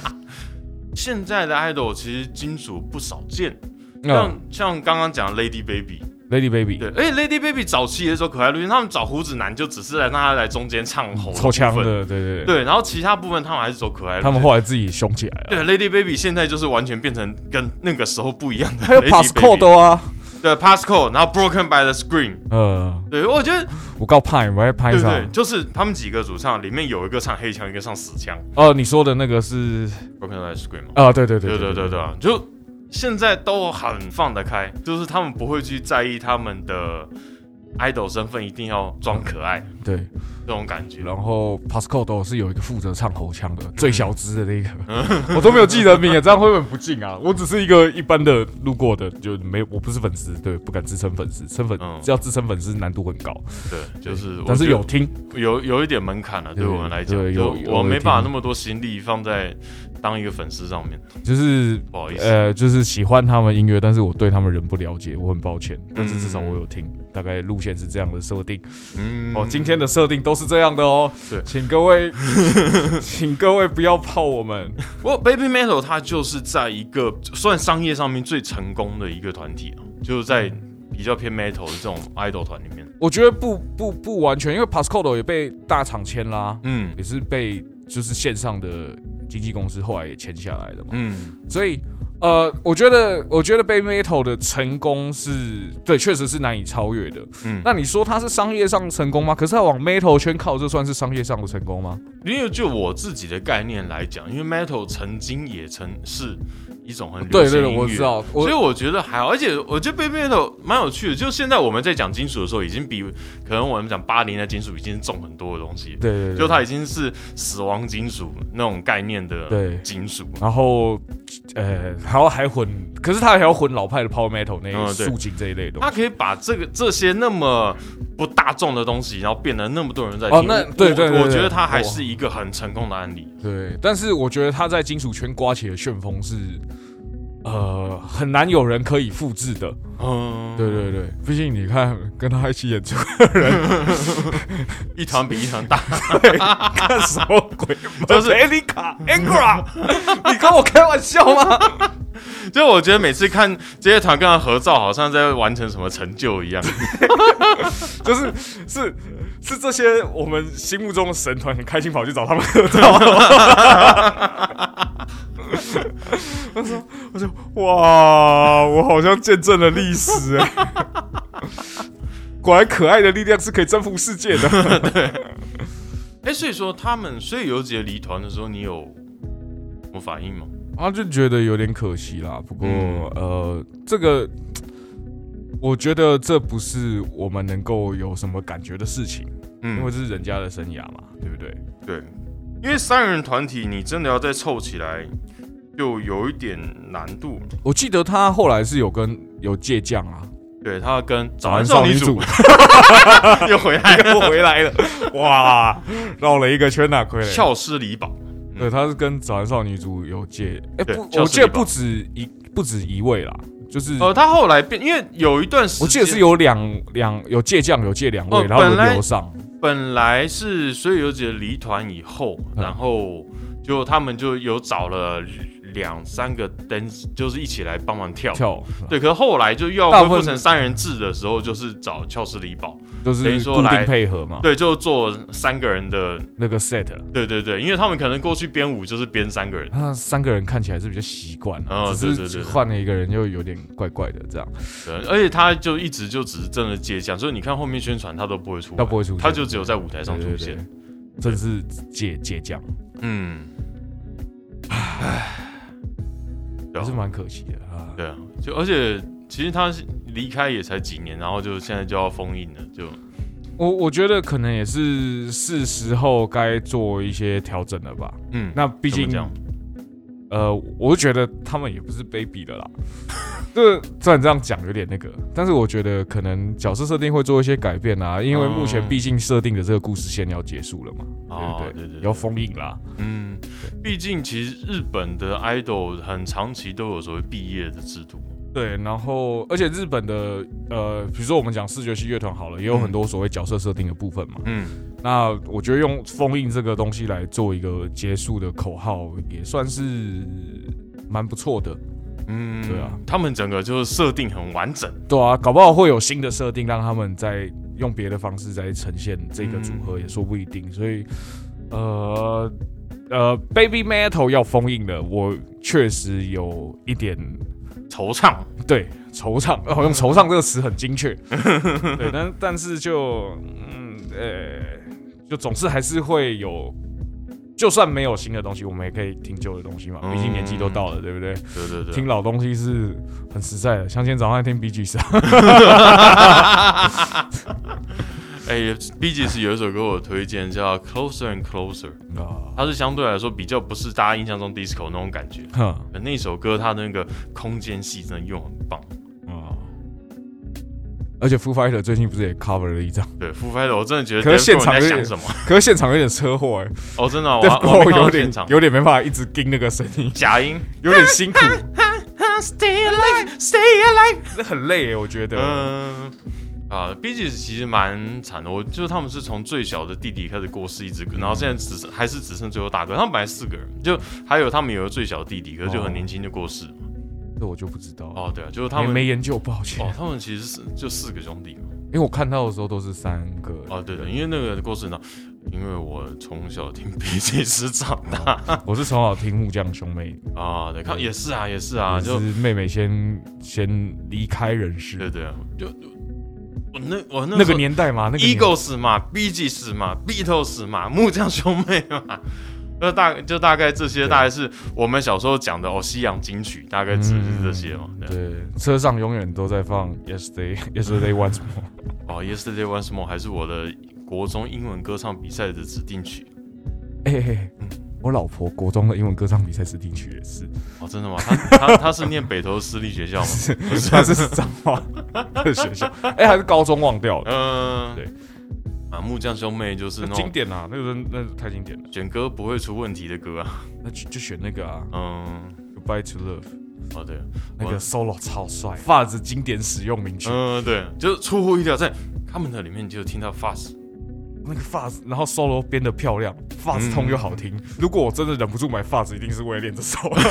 现在的 idol 其实金属不少见，
嗯
像、像刚刚讲的 Lady Baby，
哦 Lady Baby，
对，而且 Lady Baby 早期的时候可爱路线，他们找胡子男就只是来让他来中间唱红
超强，的，对对对，
对，然后其他部分他们还是走可爱路线。
他们后来自己凶起来了。
对 Lady Baby 现在就是完全变成跟那个时候不一样的 Lady Baby，
还有 Pascode 啊，
对 Pascal，然后 Broken by the Scream，
呃，
对我觉得
我告派，我还拍
对不
上。
对，就是他们几个主唱里面有一个唱黑枪，一个唱死枪
哦，你说的那个是
，Broken by the Scream 嘛，
啊，对对
对
对
对对对，啊，就现在都很放得开，就是他们不会去在意他们的 idol 身份一定要装可爱
对。
这种感觉。
然后 Pascode 是有一个负责唱喉腔的，最小只的 那个，我都没有记人名啊，这样会不会很不敬啊？我只是一个一般的路过的，就没我不是粉丝，对，不敢自称粉丝，称粉
嗯
要自称粉丝难度很高，
对，就是我
但是
觉得
有听，
有有一点门槛了，对
对
我们来讲，
对
就
有有
我没
一点
办法那么多心力放在当一个粉丝上面，
就是
不好意思。
呃，就是喜欢他们音乐，但是我对他们人不了解，我很抱歉。但是至少我有听，大概路线是这样的设定。
嗯
哦，今天的设定都是这样的哦。
对
请各位， 请各位不要泡我们。
不过 Baby Metal 它就是在一个算商业上面最成功的一个团体啊，就是在
嗯
比较偏 Metal 的这种 idol 团里面，
我觉得不不不完全，因为 Pascal 也被大厂签啦，
嗯
也是被就是线上的经纪公司后来也签下来的嘛。
嗯
所以呃，我觉得我觉得 Baby Metal 的成功是对，确实是难以超越的。
嗯。
那你说它是商业上成功吗？可是它往 metal 圈靠，这算是商业上的成功吗？
因为就我自己的概念来讲，因为 Metal 曾经也曾是一种很流
对
行
对
音乐
对，我知道，
所以
我
我觉得还好，而且我觉得 Baby Metal 蛮有趣的。就现在我们在讲金属的时候，已经比可能我们讲八零的金属已经是重很多的东西了，
对对对，
就它已经是死亡金属那种概念的
对。
金属。
然后，呃，然后还混，可是他还要混老派的 power metal 那
嗯
个
对
竖琴这一类的东西。
它可以把这个这些那么不大众的东西，然后变得那么多人在听。
哦那
我
对对
我
对
我觉
对
得它还
哇
是一个很成功的案例。
对，但是我觉得他在金属圈刮起的旋风是，呃，很难有人可以复制的。
嗯，
对，对对，毕竟你看跟他一起演出，
一团比一团大。
看什么鬼？
就是
e l i c a Angra，你跟我开玩笑吗？
就我觉得每次看这些团跟他合照，好像在完成什么成就一样。
就是是是这些我们心目中的神团很开心跑去找 他们合照。 我说，我就哇，我好像见证了历史哎、果然，可爱的力量是可以征服世界的。
哎、所以说他们，所以有几个离团的时候，你有我反应吗？
啊，就觉得有点可惜啦。不过，
嗯
呃，这个我觉得这不是我们能够有什么感觉的事情。因为
嗯，
这是人家的生涯嘛，对不对？
对，因为三人团体你真的要再凑起来，就有一点难度。
我记得他后来是有跟有借将啊，
对他跟早
早安
安
少
少
女
女
组
组 又回来了，
又回来了，哇，绕了一个圈呐、啊，傀儡。
俏师李宝，
对，他是跟早安少女组有借，
嗯
哎、
对
不，
教
我
室
记
里
得
吧
不止一不止一位啦，就是、
呃，他后来变，因为有一段时间
我记得是有两两有借将有借两位，
哦
然后
本
轮
来
流上，
本来是所以有姐离团以后，
嗯
然后就他们就有找了两三个 dance，就是一起来帮忙跳。
跳
对，可是后来就又
大
要
部
恢
分哦
复成三人制的时候，就是找俏师李宝，
就
等于
是
说
固定
来
配合嘛，
对，就做三个人的，
那个 set，
对对对，因为他们可能过去编舞就是编三个人，
他三个人看起来是比较习惯啊，
哦对
只
对
是
对对
换了一个人又有点怪怪的这样，
对，而且他就一直就只是真的接将，所以你看后面宣传他都不会出来，
他不会出现
他就只有在舞台上出
对
现，，
对对真是借借将，
嗯，唉，
还是
对啊
蛮可惜的啊。
对啊，就而且其实他是离开也才几年，然后就现在就要封印了，就
我我觉得可能也是是时候该做一些调整了吧。
嗯，
那毕竟
怎么讲，
呃，我就觉得他们也不是卑鄙的啦。 这虽然这样讲有点那个，但是我觉得可能角色设定会做一些改变啊，因为目前
嗯
毕竟设定的这个故事线要结束了嘛，
哦
对不
对对对
要封印啦。
嗯，毕竟其实日本的 idol 很长期都有所谓毕业的制度，
对，然后而且日本的呃，比如说我们讲视觉系乐团好了，也有
嗯
很多所谓角色设定的部分嘛。
嗯，
那我觉得用封印这个东西来做一个结束的口号，也算是蛮不错的。
嗯，
对啊，
他们整个就是设定很完整，
对啊，搞不好会有新的设定，让他们再用别的方式再呈现这个组合，也说不一定。所以，呃呃，Baby Metal 要封印了，我确实有一点
惆怅，
对惆怅，好、用惆怅这个词很精 确。对，但但是就嗯呃，就总是还是会有。就算没有新的东西，我们也可以听旧的东西嘛，毕竟年纪都到了，对嗯不对？
对对对，
听老东西是很实在的，像今天早上在听 B G 三，
哎、b g s 有一首歌我推荐叫《Closer and Closer》，
啊，
它是相对来说比较不是大家印象中 disco 那种感觉，
哼。
可那首歌它的那个空间系真的用很棒。
啊。而且 Foo Fighter 最近不是也 cover 了一张，
对，Foo Fighter，我真的觉得
可是现场
Dave Grohl 在
有点
想 什么？
可是现场有点车祸哎、
哦，真的哦，
对，
我我还没看
有
到
点
现场
有点没办法一直盯那个声音，
假音。
有点辛苦，
Stay alive, stay alive。
那很累、欸，我觉得。
嗯。啊，B G 其实蛮惨的，我就是他们是从最小的弟弟开始过世，一直，然后现在只剩还是只剩最后大哥，他们本来四个人，就还有他们有个最小的弟弟，可是就很年轻就过世了。
这我就不知道了，
哦，对啊，就是他们
哦没没研究，抱歉。
哦，他们其实是就四个兄弟嘛。
因为我看到的时候都是三个。
哦，对的，因为那个故事呢，因为我从小听 BJ 师长大
我是从小听木匠兄妹，
啊，对，看也是啊，也是啊，
也
就是
妹妹先先离开人世，
对对，啊就就我那我那
那个
年
年代嘛，那个年
Eagles 嘛，BGS 嘛，Beatles 嘛，木匠兄妹嘛。就大就大概这些，
对
大概是我们小时候讲的哦，西洋金曲大概指的是这些嘛。对
嗯对，车上永远都在放
嗯
Yesterday Yesterday Once More。
哦，Yesterday Once More 还是我的国中英文歌唱比赛的指定曲
哎、欸欸我老婆国中的英文歌唱比赛指定曲也是，
哦，真的吗？他他他是念北投私立学校吗？
她是彰化的学校，哎、还是高中忘掉了，
嗯，
对，
啊，木匠兄妹就是那
那经
种
典啊，那个真那是太经典了，
选歌不会出问题的歌啊。
那就就选那个啊
嗯，
，Goodbye to Love，
哦对，
那
我
个 solo 超帅，发子经典使用名曲，
嗯对，就是出乎意料，在他们的里面就听到 fast，
那个发子，然后 solo 编的漂亮，发
嗯
子痛又好听。如果我真的忍不住买发子，一定是为了练这首。
嗯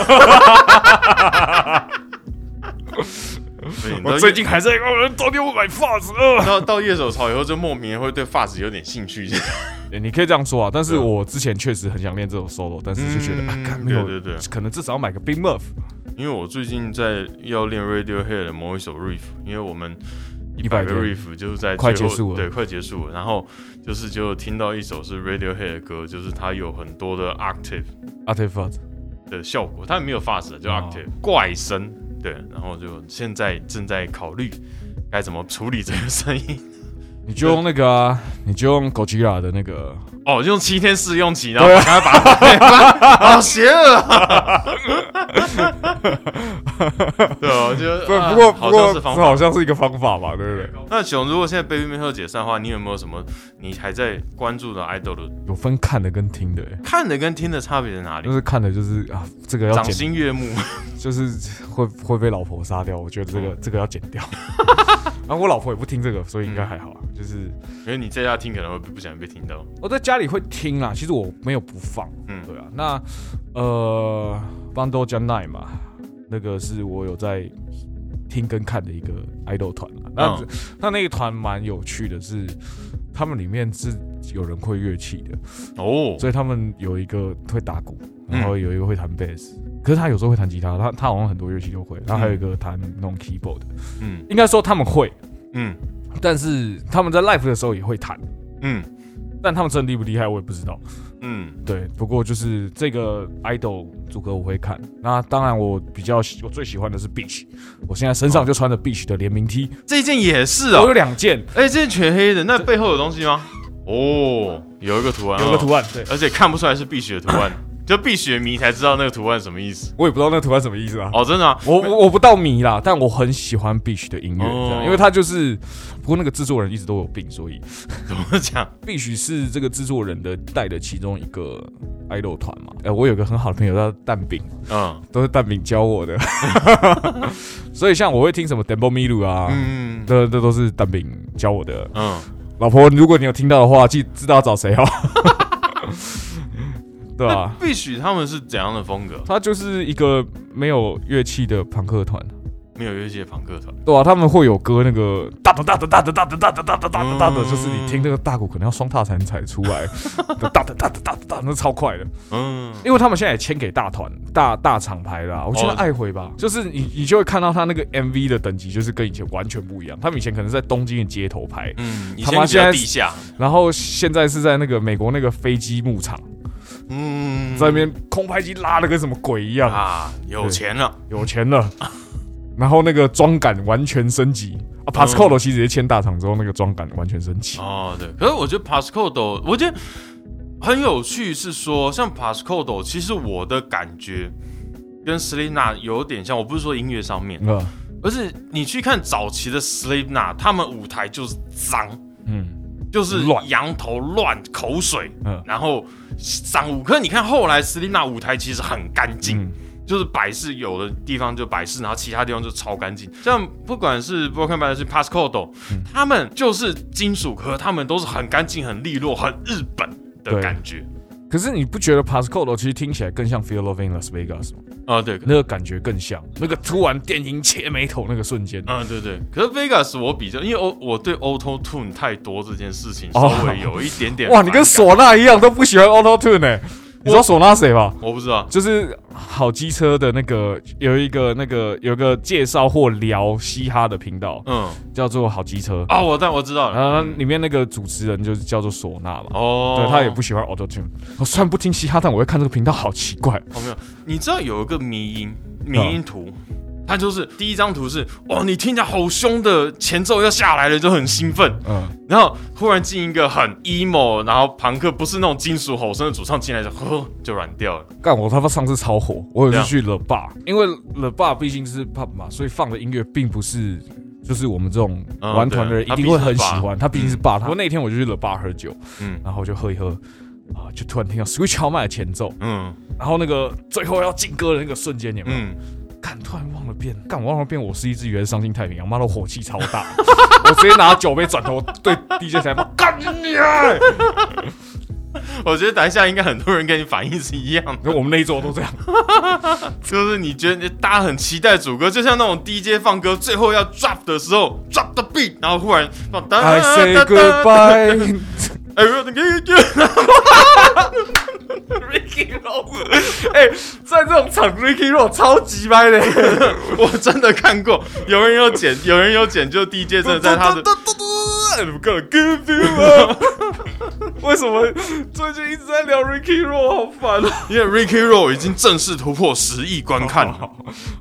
所以你 知道
我最近还在，哦，昨天我买呃发子了。
到到夜手潮以后，就莫名会对 fast 有点兴趣。
欸你可以这样说啊，但是
对啊
我之前确实很想练这种 solo，但是就觉得、
嗯
啊，看没有，
对对对
可能至少要买个 Big Muff，
因为我最近在要练 Radiohead 的某一首 riff，因为我们。一
100
百个
天
riff 就是在
快
最后
结束了
对，快结束了。然后就是就听到一首是 Radiohead 的歌，就是它有很多的 octave，
artifact
的效果，它没有 fast，就
哦
octave、怪声，对，然后就现在正在考虑该怎么处理这个声音。
你就用那个啊，你就用 Gojira 的那个，
哦，用七天试用期，然后赶快把 它好邪恶啊！ 对啊，我觉得
不
啊
不过
好
不
像是
过这
方法。
好像是一个方法吧，对不对？
那熊，如果现在 Baby Metal 解散的话，你有没有什么你还在关注的 idol 的
有分看的跟听的、欸，
看的跟听的差别在哪里
就？是看的就是啊，这个要
赏
剪
心悦目，
就是会会被老婆杀掉，我觉得这
嗯
个、这个要剪 掉。然后我老婆也不听这个，所以
嗯
应该还好啊。就是
因为你在家听可能会不小心被听到。
我在家里会听啦，其实我没有不放，
嗯
对啊。那呃，Bando j a n i 嘛，那个是我有在听跟看的一个 idol 团啊。那、
嗯
那那一团蛮有趣的是，他们里面是有人会乐器的，
哦，
所以他们有一个会打鼓，然后有一个会弹贝斯，可是他有时候会弹吉他，他他好像很多乐器都会，然后还有一个弹那种 keyboard 的。
嗯
应该说他们会，
嗯
但是他们在 live 的时候也会弹，
嗯
但他们真的厉不厉害我也不知道。
嗯
对，不过就是这个 idol 组合我会看。那当然，我比较喜我最喜欢的是 Beach，我现在身上就穿着 Beach 的联名 T，、
这件也是
我有
哦，
两件，
哎、这件全黑的，那背后有东西吗？哦，有一个图案，
有个图
案，
案，对，
而且看不出来是碧血图案，就碧血迷才知道那个图案什么意思。
我也不知道那个图案什么意思啊。
哦，真的吗？
我我我不到迷啦，但我很喜欢 Beach 的音乐，
哦
这样因为他就是，不过那个制作人一直都有病，所以
怎么讲？
必须是这个制作人的带的其中一个 idol 团嘛。哎、我有个很好的朋友叫蛋饼，
嗯
都是蛋饼教我的， 所以像我会听什么 Demo Milu 啊，
嗯
这这都是蛋饼教我的。
嗯，
老婆，如果你有听到的话，记知道找谁哦。 对啊，
碧血他们是怎样的风格？
他就是一个没有乐器的朋克团，
没有乐器的朋克团。
对啊，他们会有歌那个哒哒哒哒哒哒哒哒哒哒哒哒哒的，就是你听那个大鼓可能要双踏才能踩出来，哒哒哒哒哒哒，那超快的。
嗯
因为他们现在也签给大团、大大厂牌啦、我觉得
哦
爱回吧，就是你你就会看到他那个 MV 的等级，就是跟以前完全不一样。他们以前可能在东京的街头拍，
嗯，以
他
前
妈
比较
现在
地下。
然后现在是在那个美国那个飞机牧场，
嗯，
在那边空拍机拉的跟什么鬼一样，
啊，有钱了。
有钱了。 然后那个妆感完全升级啊 p a s c o l o 其实也签大厂之后，那个妆感完全升级。
哦，对。可是我觉得 Pascodo，我觉得很有趣，是说像 Pascodo，其实我的感觉跟 Selina 有点像。我不是说音乐上面，
嗯
而是你去看早期的 Selina，他们舞台就是脏，
嗯
就是
乱
羊头乱口水，
嗯
然后脏污。可是你看后来 Selina 舞台其实很干净。
嗯
就是摆饰，有的地方就摆饰，然后其他地方就超干净。像不管是 Broken b a n 是 Pascodo，、他
嗯
们就是金属科，他们都是很干净、很利落、很日本的
对
感觉。
可是你不觉得 p a s c o l o 其实听起来更像 Feel Love in Las Vegas 吗？
啊、对，嗯、
那个感觉更像，那个突然电音切眉头那个瞬间，
啊对对。可是 Vegas 我比较，因为我我对 Auto Tune 太多这件事情稍
哦
微有一点点、
哇，你跟
说，
唢呐一样都不喜欢 Auto Tune 哎、你知道唢呐谁吧？
我不知道，
就是好机车的那个有一个那个有一个介绍或聊嘻哈的频道，
嗯，
叫做好机车，
啊，我但我知道了。
然后里面那个主持人就是叫做唢呐嘛。
哦，
对他也不喜欢 Auto Tune，我虽然不听嘻哈，但我会看这个频道，好奇怪。
哦，没有，你知道有一个迷音
嗯
迷音图，它就是第一张图是哦，你听起来好凶的前奏要下来了，就很兴奋，
嗯，
然后忽然进一个很 emo，然后朋克不是那种金属吼声的主唱进来就呵就软掉了，
干我他妈上次超火，我有
这
去
样
去 The Bar，因为 The Bar 毕竟是 pub 嘛，所以放的音乐并不是就是我们这种
嗯
玩团的人
对
一
啊
定会很喜欢，
它
他
毕
毕
竟
竟
是
是 bar。他那天我就去 The Bar 喝酒，
嗯
然后就喝一喝。啊！就突然听到 Switch 要卖的前奏，
嗯
然后那个最后要进歌的那个瞬间，有没有？
嗯，
干、突然忘了变，干我忘了变，我是一只原伤心太平洋，妈的火气超大， 我直接拿酒杯转头对 DJ 台骂，干你啊！
我觉得等一下应该很多人跟你反应是一样的，
然后我们那一桌都 这样，
就是你觉得大家很期待主歌，就像那种 DJ 放歌最后要 drop 的时候 drop the beat，然后忽然放
I say goodbye。
哎呦，你可以就 Ricky Rose，哎、
在这种场 Ricky Roll 超级歪的，
我真的看过，有人有剪，有人有剪，就 DJ 真的在他的，
I'm gonna give you up。为什么最近一直在聊 Ricky Roll，好烦啊！
因为 Ricky Roll 已经正式突破十亿观看 了，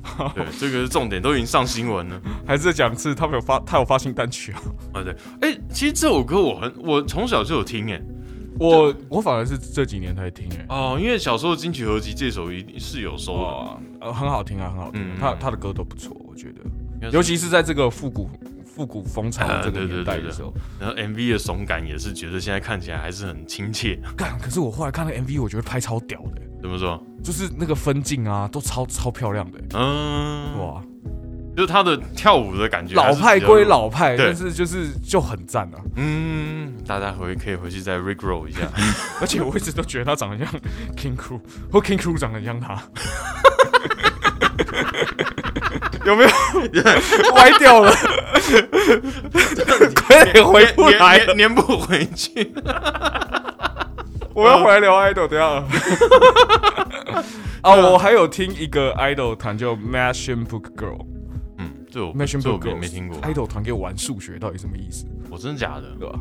好
对，这个是重点，都已经上新闻了。
还是讲是他们有发，他有发新单曲啊。
啊，对，哎、其实这首歌我很，我从小就有听、哎，
我我反而是这几年才听、欸，
哦，因为小时候金曲合集这首一定是有收的，
哇、呃，很好听啊，很好听、
嗯
他他的歌都不错，我觉得，
应该是
尤其是在这个复古复古风潮
啊
这个
对对
年代
对
的
对
时候，
然后 MV 的怂感也是觉得现在看起来还是很亲切。
干，可是我后来看那个 MV，我觉得拍超屌的、
怎么说？
就是那个分镜啊，都超超漂亮的、欸
嗯，哇，
哇，
就是他的跳舞的感觉，
老派归，老派，
对
但是就是就很赞啊！
嗯，大家回可以回去再 regrow 一下。
而且我一直都觉得他长得像 King Crew，或 King Crew 长得很像他，有没有歪掉了？快点 回不来了，
粘粘不回去。
我要回来聊 idol，等一下啊。啊，我还有听一个 idol 团叫 Machine Book Girl，Machine
嗯，这我这
Book
我没
Girl
没听过，
idol 团给我玩数学到底什么意思，
我真的假的？
对吧？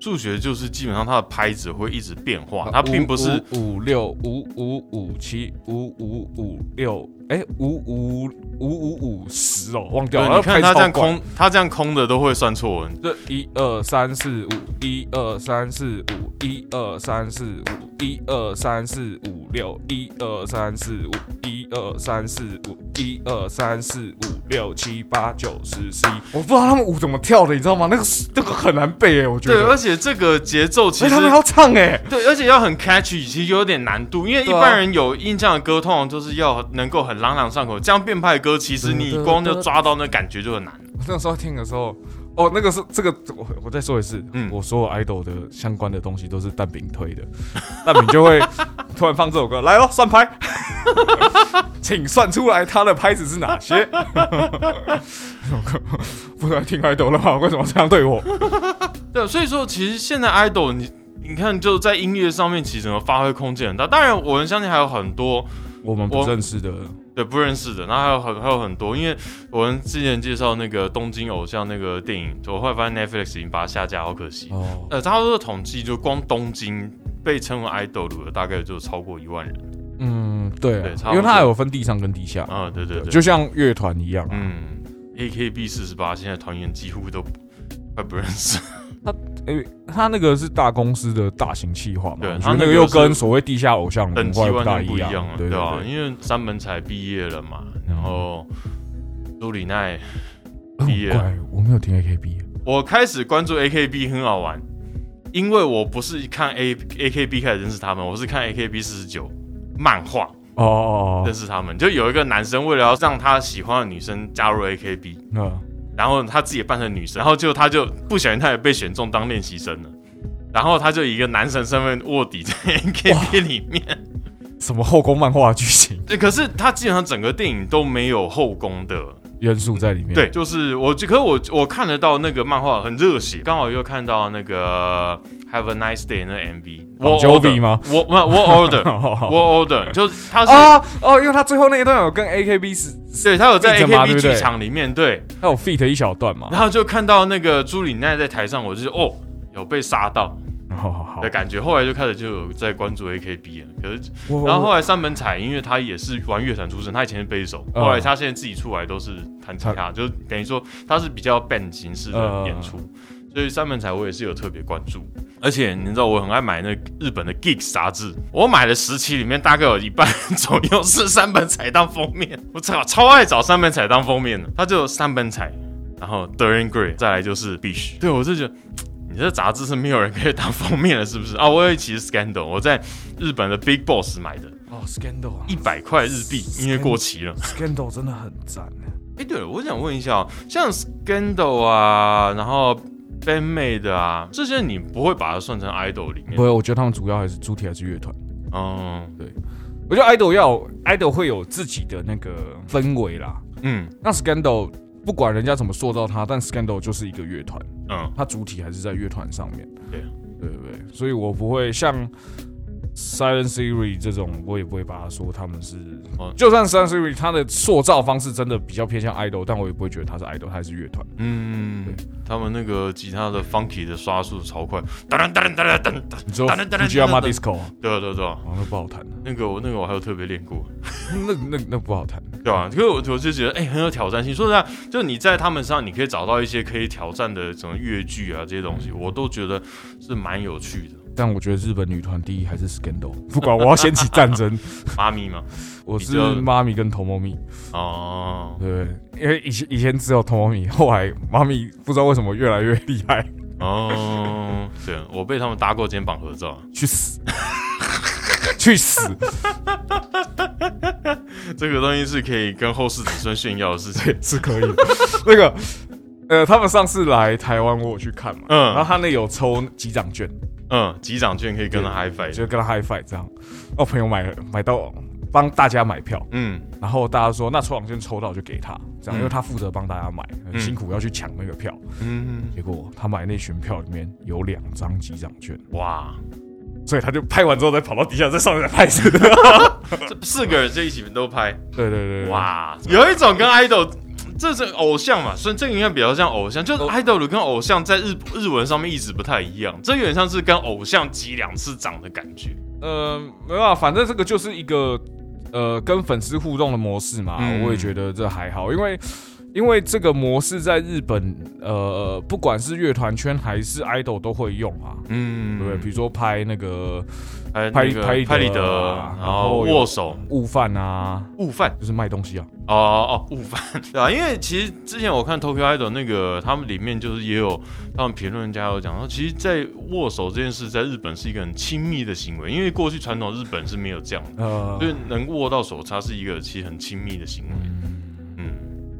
数学就是基本上它的拍子会一直变化，它并不是
五五六五五五七五五五六，哎，五五五五五十哦，忘掉
对，
了。
你看
它
它这样，空，它这样空的都会算错。
这一二三四五，一二三四五，一二三四五，一二三四五六，一二三四五，一二三四五，一二三四五六七八九十十一。我不知道他们舞怎么跳的，你知道吗？那个那个很难背哎，我觉
对，而
得。
且这个节奏其
而
实
且他们还要唱哎，
对，而且要很 catchy，其实有点难度，因为一
对啊
般人有印象的歌，通常就是要能够很朗朗上口。这样变派歌，其实你光就抓到那感觉就很难。
我那时候听的时候，哦，那个是这个，我我再说一次，
嗯
我所有 idol 的相关的东西都是蛋饼推的， 蛋饼 就会突然放这首歌来哦，算拍，请算出来它的拍子是哪些。 不能听 idol 了吗？为什么这样对我？
对，啊所以说其实现在 idol 你。你看，就在音乐上面，其实整个发挥空间很大。当然，我们相信还有很多
我们不
我
认识的，
对不认识的，然后还有很还有很多，因为我们之前介绍那个《东京偶像》那个电影，我后来发现 Netflix 已经把它下架，好可惜。
哦，
呃，他说的统计，就光东京被称为 idol 的，大概就超过一万人。
嗯，对
对差不
啊，
多
因为它还有分地上跟地下，
啊，对对对，
就像乐团一样啊。
嗯，AKB 四十八现在团员几乎都快不认识。
诶，他那个是大公司的大型企划嘛，
对
我觉
他
得
那
那
个
个又
是
跟所谓地下偶像
等
文
级
化又
完
大
全不一样了，
对
对啊，
对
因为三门才毕业了嘛，
嗯
然后朱里奈，
哎
毕业
我怪我没有听 AKB，
我开始关注 AKB 很好玩，因为我不是看 A AKB 开始认识他们，我是看 AKB 四十九漫画
哦哦
认识他们，就有一个男生为了要让他喜欢的女生加入 AKB，
那
然后他自己扮成女生，然后就他就不小心他也被选中当练习生了。然后他就以一个男神身份卧底在 AKB 里面，
什么后宫漫画剧情
对，可是他基本上整个电影都没有后宫的，
元素在里面，
对，就是我，可是我我看得到那个漫画很热血，刚好又看到那个 Have a Nice Day 那 MV，我
Jovi 吗？
我没有我 order，
哦。
我 order，就是他是、
哦哦，因为他最后那一段有跟 AKB 是，
对他有在
记者嘛
AKB
对不对哦
剧场里面对，
他有 feat 一小段嘛，
然后就看到那个朱里奈在台上，我就是哦。有被杀到
哦好好好
的，感觉，后来就开始就有在关注 AKB 了。可是，
我
然后
我
后来三本彩，因为他也是玩乐团出身，他以前是贝斯手，
嗯
后来他现在自己出来都是弹吉他，就等于说他是比较 band 形式的演出，所以三本彩我也是有特别关注。而且你知道我很爱买那日本的 Geeks 杂志，我买了十期，里面大概有一半左右是三本彩当封面， 我操，超爱找三本彩当封面的，它就有三本彩，然后 Dorian Gray，再来就是 Bish，对我就觉得。嘖你这杂志是没有人可以当封面了，是不是啊？我有一期是 Scandal，我在日本的 Big Boss 买的，
哦 Scandal 啊
一百块日币，因为过期了。
Scandal 真的很赞哎，
哎、对了，我想问一下、哦，像 Scandal 啊，然后 Bandmate 啊，这些你不会把它算成 idol 里
不
面？
会，我觉得他们主要还是主体还是乐团。
嗯
我觉得 idol 要有 idol 会有自己的那个氛围啦。
嗯
那 scandal 不管人家怎么塑造它，但 scandal 就是一个乐团，
嗯，
它主体还是在乐团上面。
对
对不对？所以我不会像 Silent Theory 这种，我也不会把它说他们是
哦。
就算 Silent Theory 它的塑造方式真的比较偏向 idol，但我也不会觉得它是 idol，它是乐团。
嗯，他们那个吉他的 funky 的刷速超快，噔噔噔噔噔噔，
你知道
啊当然当然
Fujiyama
当然
Disco 啊
对啊对啊对啊，
那不好弹，
那个我那个我还有特别练过，
那那那不好弹。
对吧、啊？可是我我就觉得哎、很有挑战性。说实在，就你在他们身上，你可以找到一些可以挑战的什么越剧啊这些东西，我都觉得是蛮有趣的。
但我觉得日本女团第一还是 Scandal，不管我要掀起 战争，
妈咪嘛，
我
比
是
较
妈咪跟 Tomomi，
哦
对不对？因为以前以前只有 Tomomi，后来妈咪不知道为什么越来越厉害，
哦， 对，我被他们搭过肩膀合照，
去 死，去死！
这个东西是可以跟后世子孙炫耀的事情。
是可以的。那个，呃，他们上次来台湾，我有去看嘛，
嗯
然后他那有抽几张券，
嗯，机长券可以跟他 high five。
就跟他 high five 这样。我朋友买了，买到帮大家买票，
嗯
然后大家说那抽奖券抽到就给他，这样，
嗯
因为他负责帮大家买，很辛苦要去抢那个票。
嗯，
嗯结果他买那群票里面有两张机长券，
哇，
所以他就拍完之后再跑到底下再上来拍是的。
这四个人这一起都拍，
对对对，对，
哇，有一种跟 idol。这是偶像嘛，所以这个应该比较像偶像，就是 idol 跟偶像在日日文上面一直不太一样，这有点像是跟偶像挤两次掌的感觉。
呃，没办法，反正这个就是一个呃跟粉丝互动的模式嘛，
嗯
我也觉得这还好，因为因为这个模式在日本呃，不管是乐团圈还是 idol 都会用啊，
嗯
对不对？比如说拍那个
拍
拍
那个
拍立得
拍立得，
啊
然
然后
后
有
握手
悟饭啊，
悟饭
就是卖东西啊，
哦哦哦悟饭对啊，因为其实之前我看 Tokyo Idol 那个他们里面就是也有他们评论家有讲说，其实，在握手这件事在日本是一个很亲密的行为，因为过去传统日本是没有这样的，
呃
所，以能握到手它是一个其实很亲密的行为。嗯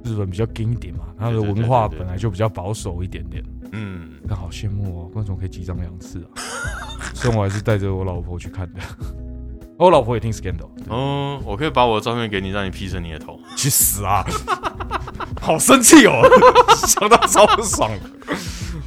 日本比较硬一点嘛，它的
对对对
文化
对对
本来就比较保守一点点。
嗯，
但好羡慕哦，为什么可以击掌两次 啊？所以我还是带着我老婆去看的， 我老婆也听 Scandal，对
哦，我可以把我的照片给你，让你 P 成你的头。
去死啊！ 好生气哦， 想到超不爽。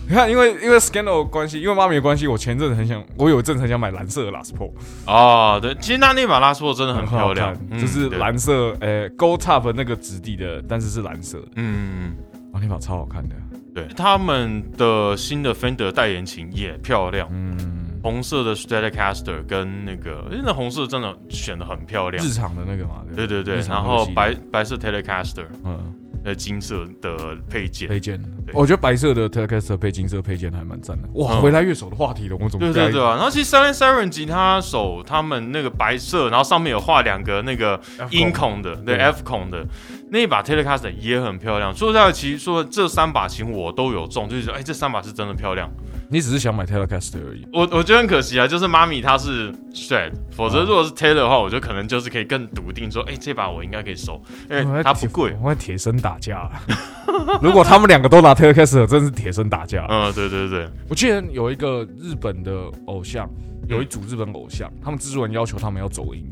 你看，因为因为 Scandal 的关系，因为妈咪的关系，我前阵子很想，我有一阵子很想买蓝色的 Last p o
哦，对，其实那那把拉索真的很漂亮，嗯
就是，蓝色，呃、g o l d Top 的那个质地的，但是是蓝色的，
对嗯。
哇，那把超好看的。
对，他们的新的 Fender 代言琴也漂亮，
嗯，
红色的 Stratocaster 跟那个，诶那红色真的选的很漂亮
日。常的那个嘛，
啊对
对
对对，
日常
然
那个
后
系列
白白色 Telecaster，
嗯
呃，金色的配件。
配件，
对
我觉得白色的 Telecaster 配金色配件还蛮赞的。哇，
嗯
回来乐手的话题了，我们怎么
对对对啊，然后其实 Silent Siren 吉他手他们那个白色，然后上面有画两个那个音孔的，对
对
F 孔的那一把 Telecaster 也很漂亮。说实在的，其实说这三把琴我都有中，就是说，哎，这三把是真的漂亮。
你只是想买 Telecaster 而已。
我我觉得很可惜啊，就是妈咪她是 Strad，否则
啊
如果是 Taylor 的话，我就可能就是可以更笃定说，哎、这把我应该可以收，因为哎它不贵。
我会铁生打架、 如果他们两个都拿 Telecaster，真是铁生打架、
嗯，对对对，
我记得有一个日本的偶像，有一组日本偶像，他们制作人要求他们要走音，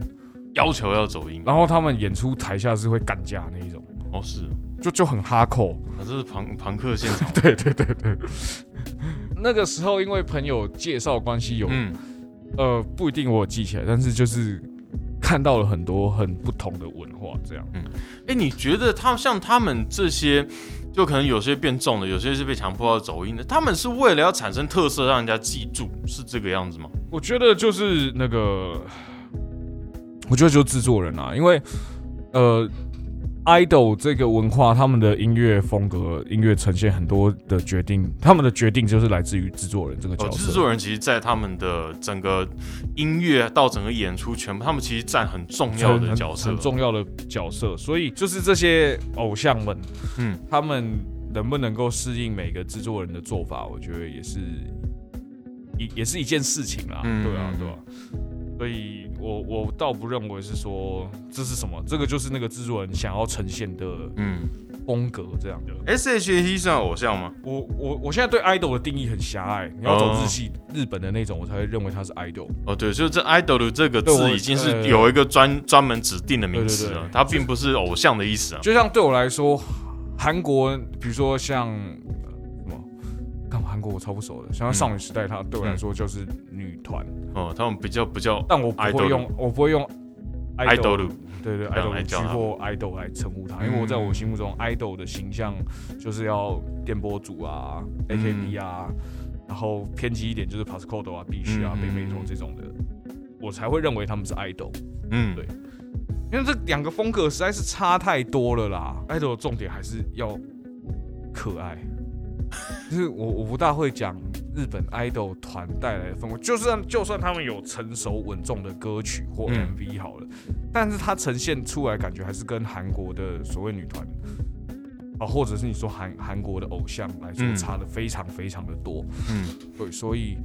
要求要走音。
然后他们演出台下是会干架那一种，
哦，是，
就就很哈扣。
啊、这是朋朋克现场。
对对对对。那个时候因为朋友介绍关系有，
嗯
呃，不一定我有记起来，但是就是看到了很多很不同的文化，这样。
哎、你觉得他像他们这些，就可能有些变重的，有些是被强迫要走音的，他们是为了要产生特色，让人家记住，是这个样子吗？
我觉得就是那个，我觉得就是制作人啊，因为呃，idol 这个文化，他们的音乐风格、音乐呈现很多的决定，他们的决定就是来自于制作人这个
哦，
角色。
制作人其实，在他们的整个音乐到整个演出，全部他们其实占很重要的
很
角色
很。重要的角色，所以就是这些偶像们，
嗯
嗯，他们能不能够适应每个制作人的做法，我觉得也是也也是一件事情啦，
嗯
对啊
嗯，
对啊。所以我我倒不认为是说这是什么，这个就是那个制作人想要呈现的
嗯
风格这样的。
，S H E 算偶像吗？
我我我现在对 idol 的定义很狭隘，你要走
哦
日系、日本的那种，我才会认为他是 idol。
哦，对，就是这 idol 这个
对我呃
字已经是有一个专专门指定的名词
对
了
对，对
它并不是偶像的意思啊。
就像对我来说，韩国，比如说像呃什么，看韩韩国我超不熟的，像少女时代，它对我来说就是女团，
哦，他们比较比较
但我不会用，我不会用
idol，
对对
这样来啊嗯
，idol 区
叫它
或 idol 来称呼它，因为我在我心目中 idol 的形象就是要电波组啊、
嗯
AKB 啊，然后偏激一点就是 Pascode 啊、必须啊、
嗯
北美洲这种的，我才会认为他们是 idol，
嗯，
对因为这两个风格实在是差太多了啦。idol 的重点还是要可爱，就是我我不大会讲日本 idol 团带来的氛围，就算就算他们有成熟稳重的歌曲或
嗯
MV 好了，但是它呈现出来感觉还是跟韩国的所谓女团。啊，或者是你说韩韩国的偶像来说
嗯，
差的非常非常的多。
嗯
对，所以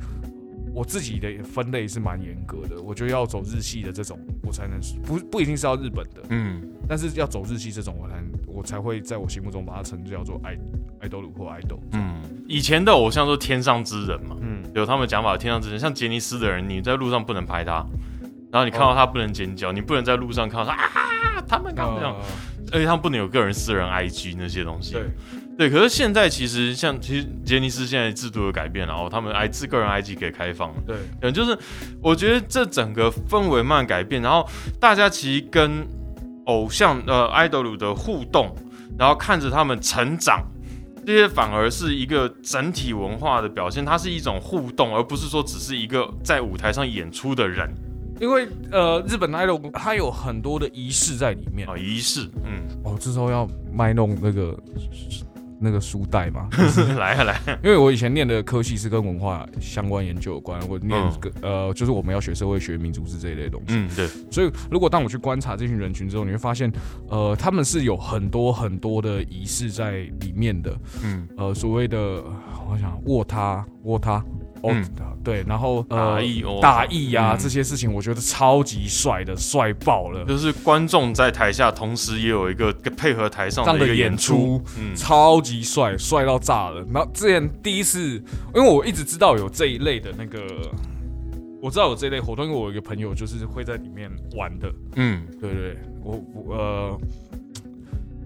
我自己的分类是蛮严格的，我觉得要走日系的这种，我才能不不一定是要日本的，
嗯
但是要走日系这种，我才能我才会在我心目中把它称叫做爱爱豆鲁或爱豆。
嗯，以前的偶像都天上之人嘛，
嗯，
有他们讲法，天上之人，像杰尼斯的人，你在路上不能拍他，然后你看到他不能尖叫，你不能在路上看到他啊，他们他们这样，
呃
而且他们不能有个人私人 IG 那些东西，
对，
对，可是现在其实像其实杰尼斯现在制度的改变了，然哦后他们 I 自个人 IG 给开放了。
对，
嗯，就是我觉得这整个氛围慢慢改变，然后大家其实跟偶像呃 idol 的互动，然后看着他们成长，这些反而是一个整体文化的表现，它是一种互动，而不是说只是一个在舞台上演出的人
因为呃，日本的 idol 它有很多的仪式在里面
啊、。仪式。嗯，
哦，这时候要卖弄那个那个书袋嘛，
来啊来啊，
因为我以前念的科系是跟文化相关研究有关，我念
嗯
个、呃，就是我们要学社会学、民族志这一类的东西。
嗯，对，
所以，如果当我去观察这群人群之后，你会发现，呃，他们是有很多很多的仪式在里面的。
嗯，
呃，所谓的我想握他，握他，哦，
嗯
对，然后
打
呃，
意哦，
大意呀、
嗯
这些事情，我觉得超级帅的，帅爆了，
就是观众在台下，同时也有一个配合台上
这样
的一
的
个
演
演出嗯
出。，超级帅，帅到炸了。然后之前第一次，因为我一直知道有这一类的那个，我知道有这一类活动，因为我有一个朋友就是会在里面玩的，
嗯
对对，对我我呃，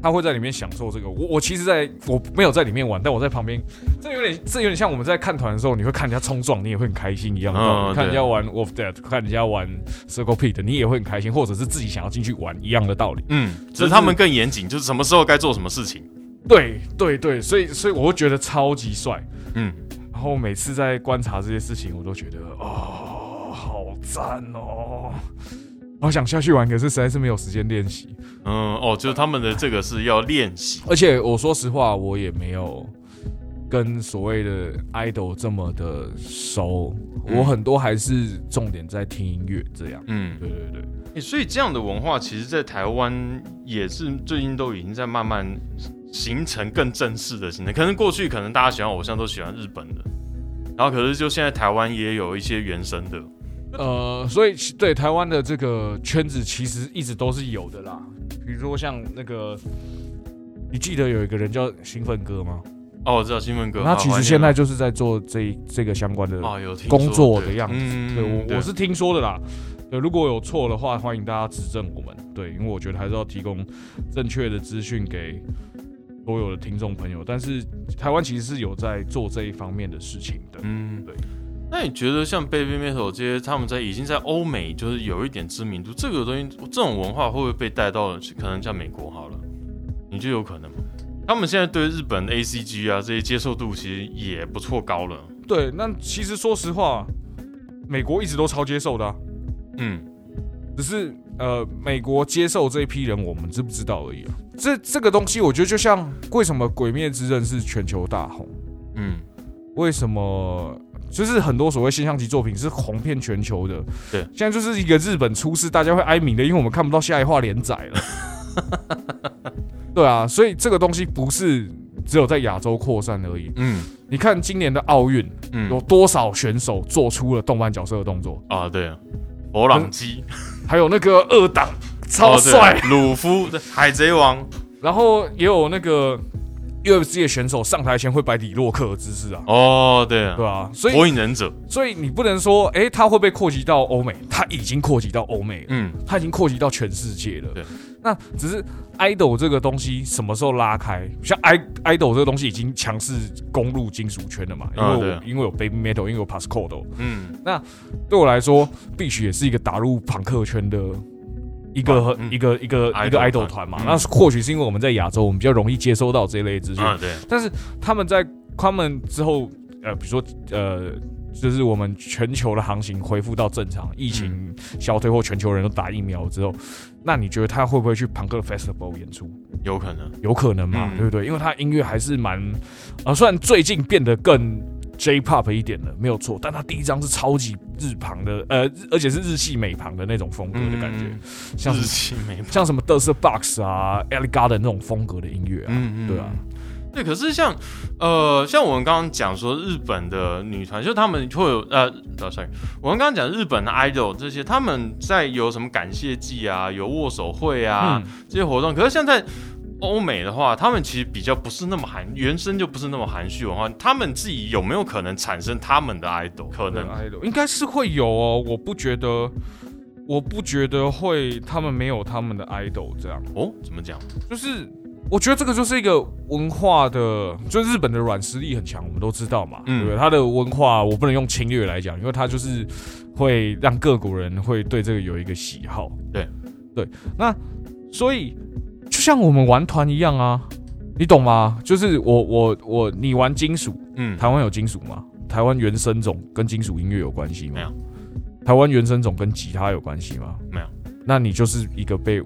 他会在里面享受这个。我我其实在我没有在里面玩，但我在旁边，这有点这有点像我们在看团的时候，你会看人家冲撞，你也会很开心一样。
嗯
你知道吗
对
看人家玩 Wolf Dead，看人家玩 Circle Pit，你也会很开心，或者是自己想要进去玩一样的道理。
嗯，只是他们更严谨，就是什么时候该做什么事情。
对对对，所以所以我会觉得超级帅。
嗯，
然后每次在观察这些事情，我都觉得哦，好赞哦，好想下去玩，可是实在是没有时间练习。
嗯，哦，就是他们的这个是要练习，
而且我说实话，我也没有跟所谓的 idol 这么的熟，
嗯
我很多还是重点在听音乐这样。
嗯、
对对对，
欸所以这样的文化其实，在台湾也是最近都已经在慢慢形成更正式的形成。可能过去可能大家喜欢偶像都喜欢日本的，然后可是就现在台湾也有一些原生的，
呃，所以其对台湾的这个圈子其实一直都是有的啦，比如说像那个。你记得有一个人叫兴奋哥吗？
哦，我知道新闻哥，
他
啊
其实现在就是在做这一这个相关的
哦有听说
工作的样子。
嗯
对我我是听说的啦。对，如果有错的话，欢迎大家指正我们。对，因为我觉得还是要提供正确的资讯给所有的听众朋友。但是台湾其实是有在做这一方面的事情的。
嗯
对。
那你觉得像 Baby Metal 这些，他们在已经在欧美就是有一点知名度，这个东西这种文化会不会被带到可能像美国好了？你觉得有可能吗？他们现在对日本 A C G 啊这些接受度其实也不错高了，
对，那其实说实话，美国一直都超接受的啊、
嗯
只是呃，美国接受这一批人，我们知不知道而已啊。这这个东西，我觉得就像为什么《鬼灭之刃》是全球大红，
嗯
为什么就是很多所谓现象级作品是红遍全球的？
对
现在就是一个日本出事，大家会哀鸣的，因为我们看不到下一话连载了。对啊，所以这个东西不是只有在亚洲扩散而已。
嗯
你看今年的奥运，有
嗯
多少选手做出了动漫角色的动作？
啊嗯对啊，佛朗基
还有那个二档超
哦对
帅，
鲁夫对海贼王，
然后也有那个 UFC 的选手上台前会摆李洛克的姿势啊，
哦对啊
对，吧、所以
火影忍者，
所以你不能说，诶，他会被扩及到欧美，他已经扩及到欧美了，
嗯
他已经扩及到全世界了。
对
那只是 idol 这个东西什么时候拉开？像 i idol 这个东西已经强势攻入金属圈了嘛？因为
啊
我、
对啊
因为有 baby metal，因为有 p a s c o d
嗯，
对我来说，必须也是一个打入朋克圈的一个、
嗯
一个一个一
idol
个
团
idol 团嘛。
嗯
那或许是因为我们在亚洲，我们比较容易接收到这类资讯。
啊对，
但是他们在他们之后，呃，比如说呃，就是我们全球的航行恢复到正常，疫
嗯
情消退或全球人都打疫苗之后，那你觉得他会不会去朋克 festival 演出？
有可能，
有可能嘛，
嗯
对不对？因为他音乐还是蛮，啊，虽然最近变得更 J-pop 一点了，没有错，但他第一张是超级日旁的，呃，日而且是日系美旁的那种风格的感觉，
嗯
像
日
是
期没
像什么 The s Box 啊、e l i g a r d e n 那种风格的音乐啊，
嗯
对啊。
对，可是像呃，像我们刚刚讲说日本的女团，就他们会有呃，啊，sorry，我们刚刚讲日本的 idol 这些，他们在有什么感谢祭啊，有握手会啊、
嗯
这些活动，可是现在。欧美的话，他们其实比较不是那么含，原生就不是那么含蓄文化。他们自己有没有可能产生他们的 idol？可能，
idol 应该是会有哦，我不觉得，我不觉得会，他们没有他们的 idol 这样，
哦，怎么讲？
就是我觉得这个就是一个文化的，就日本的软实力很强，我们都知道嘛，
嗯
对不对？它的文化我不能用侵略来讲，因为它就是会让各国人会对这个有一个喜好，
对
对，那所以就像我们玩团一样啊，你懂吗？就是我我我，你玩金属，
嗯，
台湾有金属吗？台湾原生种跟金属音乐有关系吗？
没有。
台湾原生种跟吉他有关系吗？
没有。
那你就是一个被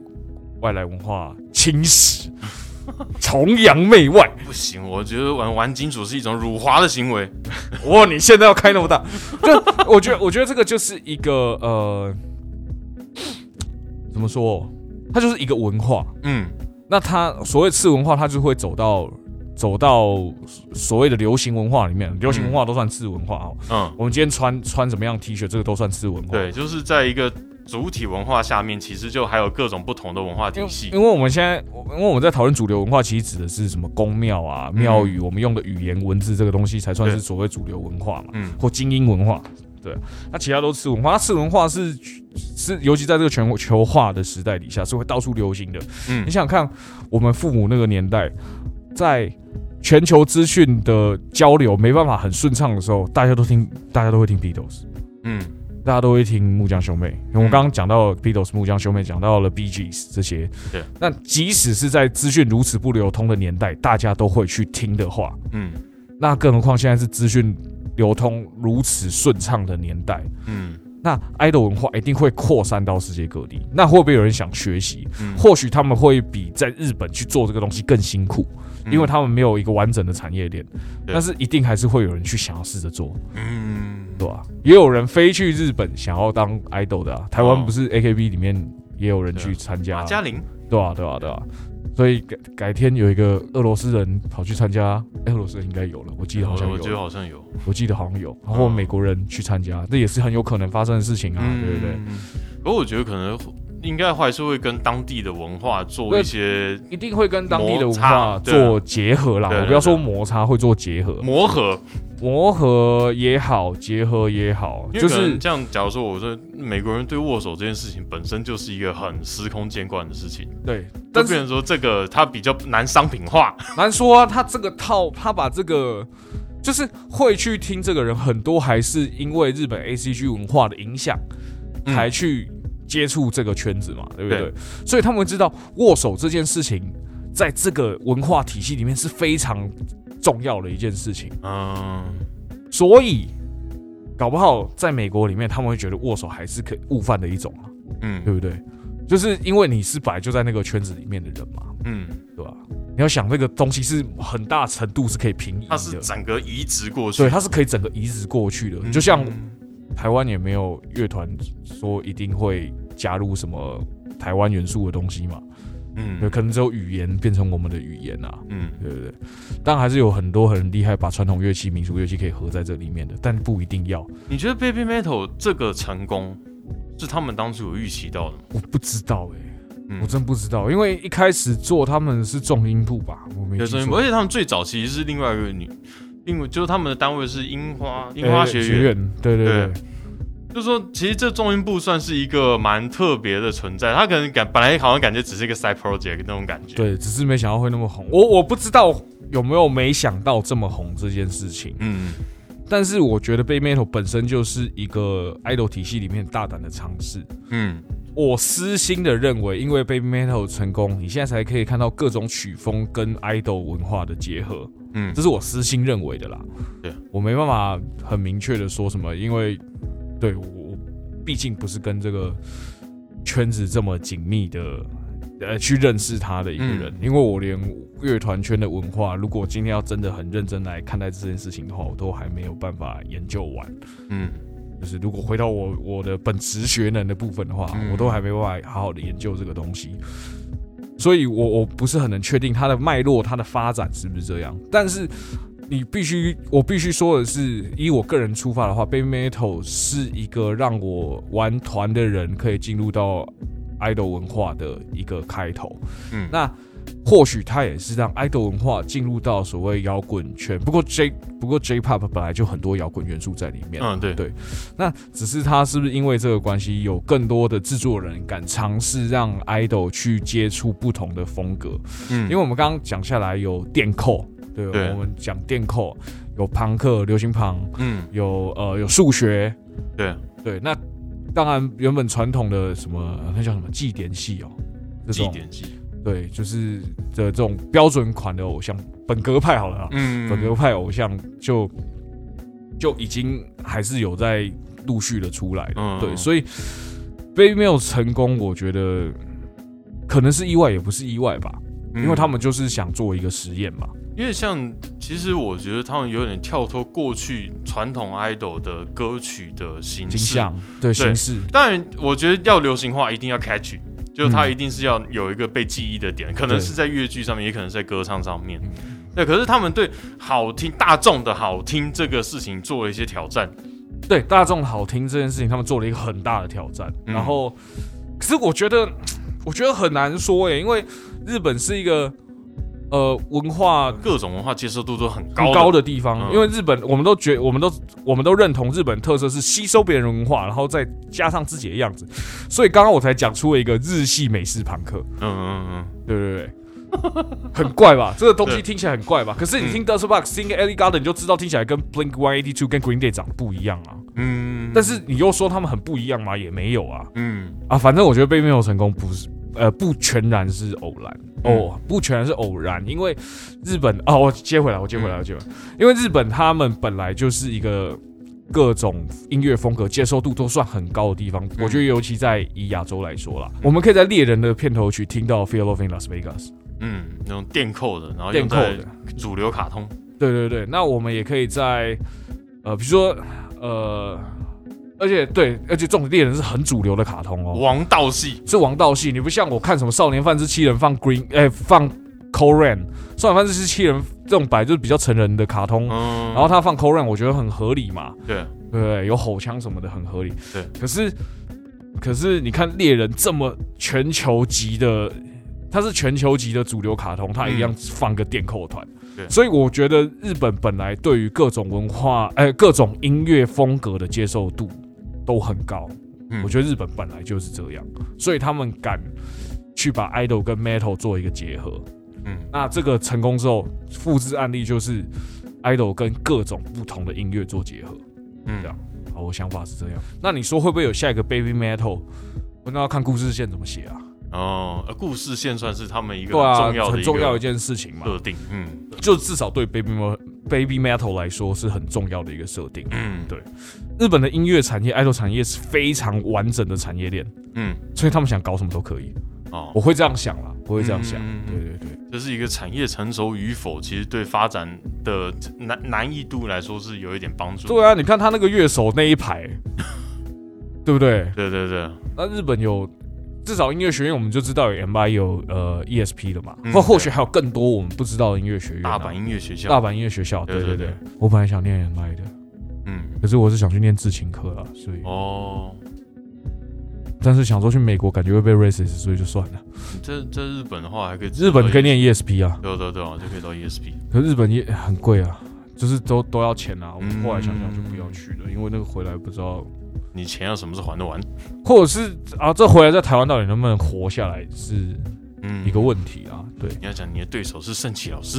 外来文化侵蚀、 崇洋媚外。
不行，我觉得玩玩金属是一种辱华的行为。
哇，你现在要开那么大？就我觉得，我觉得这个就是一个呃，怎么说？它就是一个文化。
嗯，
那它所谓次文化，它就会走到走到所谓的流行文化里面。流行文化都算次文化哦。
嗯，
我们今天穿穿什么样的 T 恤，这个都算次文化。
对，就是在一个主体文化下面，其实就还有各种不同的文化体系
因。为我们现在，我因为我们在讨论主流文化，其实指的是什么宫庙啊、
嗯
庙宇，我们用的语言文字这个东西才算是
对
所谓主流文化嘛，
嗯
或精英文化。对，啊那其他都是次文化，那次文化是是，尤其在这个全球化的时代底下，是会到处流行的。
嗯
你想想看，我们父母那个年代，在全球资讯的交流没办法很顺畅的时候，大家都听，大家都会听 Beatles。
嗯
大家都会听木匠兄妹，因为我刚刚讲到 Beatles、木匠兄妹，讲到了 B G S 这些。
对，
那即使是在资讯如此不流通的年代，大家都会去听的话，
嗯
那更何况现在是资讯流通如此顺畅的年代，
嗯
那 idol 文化一定会扩散到世界各地。那会不会有人想学习？
嗯
或许他们会比在日本去做这个东西更辛苦，
嗯
因为他们没有一个完整的产业链，
对
但是一定还是会有人去想要试着做。
嗯，
对啊，也有人飞去日本想要当 idol 的、啊，台湾
哦
不是 AKB 里面也有人去
对啊
参
马
加，
嘉玲，
对啊，对啊，对啊。所以改改天有一个俄罗斯人跑去参加，哎俄罗斯人应该有了，我记得好像
哦我我觉得
有，
好像有，
我记得好像有，然后美国人去参加，这也是很有可能发生的事情啊，对不对？
嗯？不过我觉得可能应该还是会跟当地的文化做
对
一些
一定会跟当地的文
摩擦
化
对啊
做结合啦，
对对
我不要说摩擦，会做结合，
磨合，
磨合也好，结合也好，
因
就
为可能
是
这样，假如说我说美国人对握手这件事情本身就是一个很司空见惯的事情，
对。
就
但是
变成说这个它比较难商品化。
难说啊，他这个套，他把这个就是会去听这个人，很多还是因为日本 A C G 文化的影响，
嗯
才去接触这个圈子嘛，对不对？
对
所以他们会知道握手这件事情，在这个文化体系里面是非常重要的一件事情，
嗯，
所以搞不好在美国里面，他们会觉得握手还是可以误犯的一种啊，对
嗯
不对？就是因为你是本来就在那个圈子里面的人嘛，
嗯，
对吧、啊你要想这个东西是很大程度是可以平移的，
它是整个嗯移植过去
嗯对，，它是可以整个移植过去的。就像
嗯
台湾也没有乐团说一定会加入什么台湾元素的东西嘛，对，
嗯
可能只有语言变成我们的语言啊，
嗯
对不对？当然还是有很多很厉害把传统乐器、民俗乐器可以合在这里面的，但不一定要。
你觉得 Baby Metal 这个成功是他们当初有预期到的吗？
我不知道哎、
嗯
我真不知道，因为一开始做他们是重音部吧，我没
有
记
声音，
错
而。且他们最早其实是另外一个女，另外就是他们的单位是樱花樱
呃
花学
学
院，
院，对对对
对。就说其实这重音部算是一个蛮特别的存在，他可能感本来好像感觉只是一个 side project 那种感觉，
对，只是没想到会那么红。我我不知道有没有没想到这么红这件事情，
嗯，
但是我觉得被 metal 本身就是一个 idol 体系里面大胆的尝试。
嗯
我私心的认为，因为被 metal 成功，你现在才可以看到各种曲风跟 idol 文化的结合，
嗯嗯，
这是我私心认为的啦。
对，
我没办法很明确的说什么，因为对我我毕竟不是跟这个圈子这么紧密的呃去认识他的一个
嗯
人，因为我连乐团圈的文化，如果今天要真的很认真来看待这件事情的话，我都还没有办法研究完。
嗯
就是如果回到我我的本职学能的部分的话，
嗯
我都还没办法好好的研究这个东西，所以我我不是很能确定它的脉络、它的发展是不是这样。但是你必须，我必须说的是，以我个人出发的话，Baby Metal 是一个让我玩团的人可以进入到 idol 文化的一个开头。
嗯
那或许它也是让 idol 文化进入到所谓摇滚圈。不过 J 不过 J-pop 本来就很多摇滚元素在里面，
嗯对
对那只是他是不是因为这个关系，有更多的制作人敢尝试让 idol 去接触不同的风格？
嗯，
因为我们刚刚讲下来有电扣，对，
对
我们讲电扣有朋克、流行朋，
嗯
有呃有数学，
对
对，那当然原本传统的什么那叫什么祭典系哦，这
祭
种
典系，
对，就是的这种标准款的偶像，本格派好了啊，
嗯
本格派偶像就就已经还是有在陆续的出来的，
嗯
对，所以 Baby 没有成功，我觉得可能是意外，也不是意外吧，
嗯
因为他们就是想做一个实验嘛，
因为像，其实我觉得他们有点跳脱过去传统 idol 的歌曲的形
形
式。
象对形式，
当然，我觉得要流行化一定要 catch，就是它
嗯
一定是要有一个被记忆的点，可能
对
是在乐剧上面，也可能是在歌唱上面。对，可是他们对好听大众的好听这个事情做了一些挑战。
对大众好听这件事情，他们做了一个很大的挑战。
嗯
然后，可是我觉得，我觉得很难说欸诶、因为日本是一个呃文化
各种文化接受度都很高
很
的
高的地方，
嗯
因为日本我们都觉，我们都我们都认同日本特色是吸收别人文化，然后再加上自己的样子。所以刚刚我才讲出了一个日系美式朋克，
嗯嗯嗯
对对对。很怪吧？这个东西
对
听起来很怪吧？可是你
嗯
听 d u s t b o x 听 Ellie Garden，你就知道听起来跟 Blink One Eighty Two 跟 Green Day 长得不一样啊。
嗯，
但是你又说他们很不一样吗？也没有啊
嗯
啊，反正我觉得被没有成功不是呃不全然是偶然
嗯
哦，不全然是偶然，因为日本啊，我接回来，我接回来，
嗯
我接回来，因为日本他们本来就是一个。各种音乐风格接受度都算很高的地方，我觉得尤其在以亚洲来说啦，我们可以在《猎人》的片头曲听到《Feel of in Las Vegas》
嗯，那种电扣的，然后
电
用
扣的
在，主流卡通。
对对对，那我们也可以在呃，比如说呃，而且对，而且这种猎人》是很主流的卡通哦，
王道系，
是王道系，你不像我看什么《少年犯之七人》放 Green，哎、放 Coran，《少年犯之七人》这种本来就是比较成人的卡通，
嗯，
然后他放 Coran，我觉得很合理嘛，
对，
对不对？有吼腔什么的，很合理。
对，
可是可是你看猎人这么全球级的，它是全球级的主流卡通，它一样放个电扣团。
嗯对
所以我觉得日本本来对于各种文化，哎、各种音乐风格的接受度都很高。
嗯
我觉得日本本来就是这样，所以他们敢去把 idol 跟 metal 做一个结合。
嗯
那这个成功之后，复制案例就是 idol 跟各种不同的音乐做结合。
嗯
这样好，哦我想法是这样。那你说会不会有下一个 Baby Metal？我那要看故事线怎么写啊。
哦，呃故事线算是他们一个
对啊，
重要的
很
一
重要一
个
件事情嘛，
设定，嗯
就至少对 Baby Mo- Baby Metal 来说是很重要的一个设定。
嗯
对日本的音乐产业、爱豆产业是非常完整的产业链，
嗯
所以他们想搞什么都可以。
哦
我，会这样想啦，我会这样想。
嗯
对对对，
这是一个产业成熟与否，其实对发展的难难易度来说是有一点帮助。
对啊，你看他那个乐手那一排， 对不对？
对对对，
那日本有至少音乐学院，我们就知道有 MI 有呃 ESP 了嘛，
嗯
或或许还有更多我们不知道的音乐学院啊、
大阪音乐学校，
大阪音乐学校，
对
对对
对
对，我本来想念 MI 的，
嗯
可是我是想去念制琴科啊，所以、
哦，
但是想说去美国感觉会被 racist，所以就算了。
这这日本的话还可以，
日本可以
你
念 ESP 啊，
对对对啊，就可以到 ESP。
可日本也很贵啊，就是都都要钱啊。我
嗯
后来想想就不要去了，因为那个回来不知道
你钱要什么时候还得完？
或者是啊，这回来在台湾到底能不能活下来是
嗯
一个问题啊。对
你要讲你的对手是盛奇老师，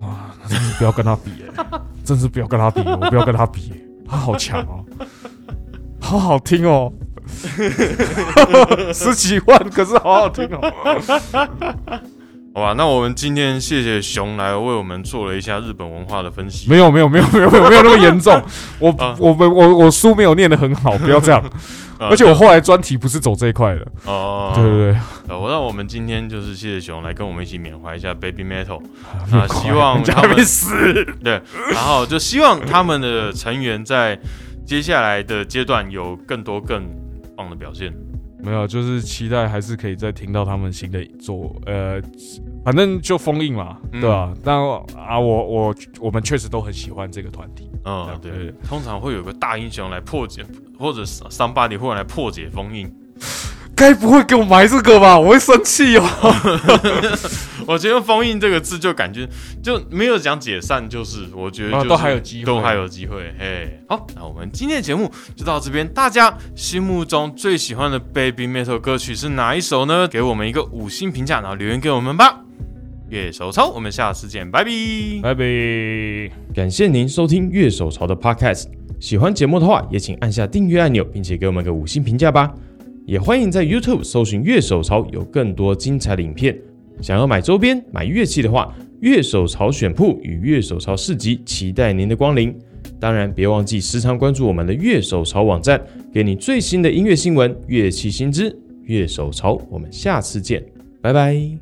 啊，那真是不要跟他比、欸，真是不要跟他比，我不要跟他比欸、他好强哦、好好听哦、十几万，可是好好听哦、
好吧？那我们今天谢谢熊来为我们做了一下日本文化的分析。
没有没有没有没有没有没有那么 严重，我
啊
我我我我书没有念得很好，不要这样。
啊
而且我后来专题不是走这一块的，
哦，
对对对，
呃，我让我们今天就是谢谢熊来跟我们一起缅怀一下 Baby Metal，
没有快
希望
人家
他
还
们
没死。
对， 然后就希望他们的成员在接下来的阶段有更多更棒的表现。
没有，啊就是期待还是可以再听到他们新的作，呃，反正就封印嘛，
嗯
对吧、但啊，我我我们确实都很喜欢这个团体，
嗯，
对
对，通常会有个大英雄来破解，或者 somebody 会来破解封印。
该不会给我埋这个吧？我会生气哦。
我觉得“封印”这个字就感觉就没有讲解散，就是我觉得、
啊
就是
都还有机会
都还有机会。嘿，好，那我们今天的节目就到这边。大家心目中最喜欢的 Baby Metal 歌曲是哪一首呢？给我们一个五星评价，然后留言给我们吧。月手抄，我们下次见，拜拜。
拜拜。
感谢您收听乐手潮的 Podcast。喜欢节目的话，也请按下订阅按钮，并且给我们个五星评价吧。也欢迎在 YouTube 搜寻乐手潮，有更多精彩的影片。想要买周边、买乐器的话，乐手潮选铺与乐手潮市集期待您的光临。当然，别忘记时常关注我们的乐手潮网站，给你最新的音乐新闻、乐器新知。乐手潮，我们下次见，拜拜。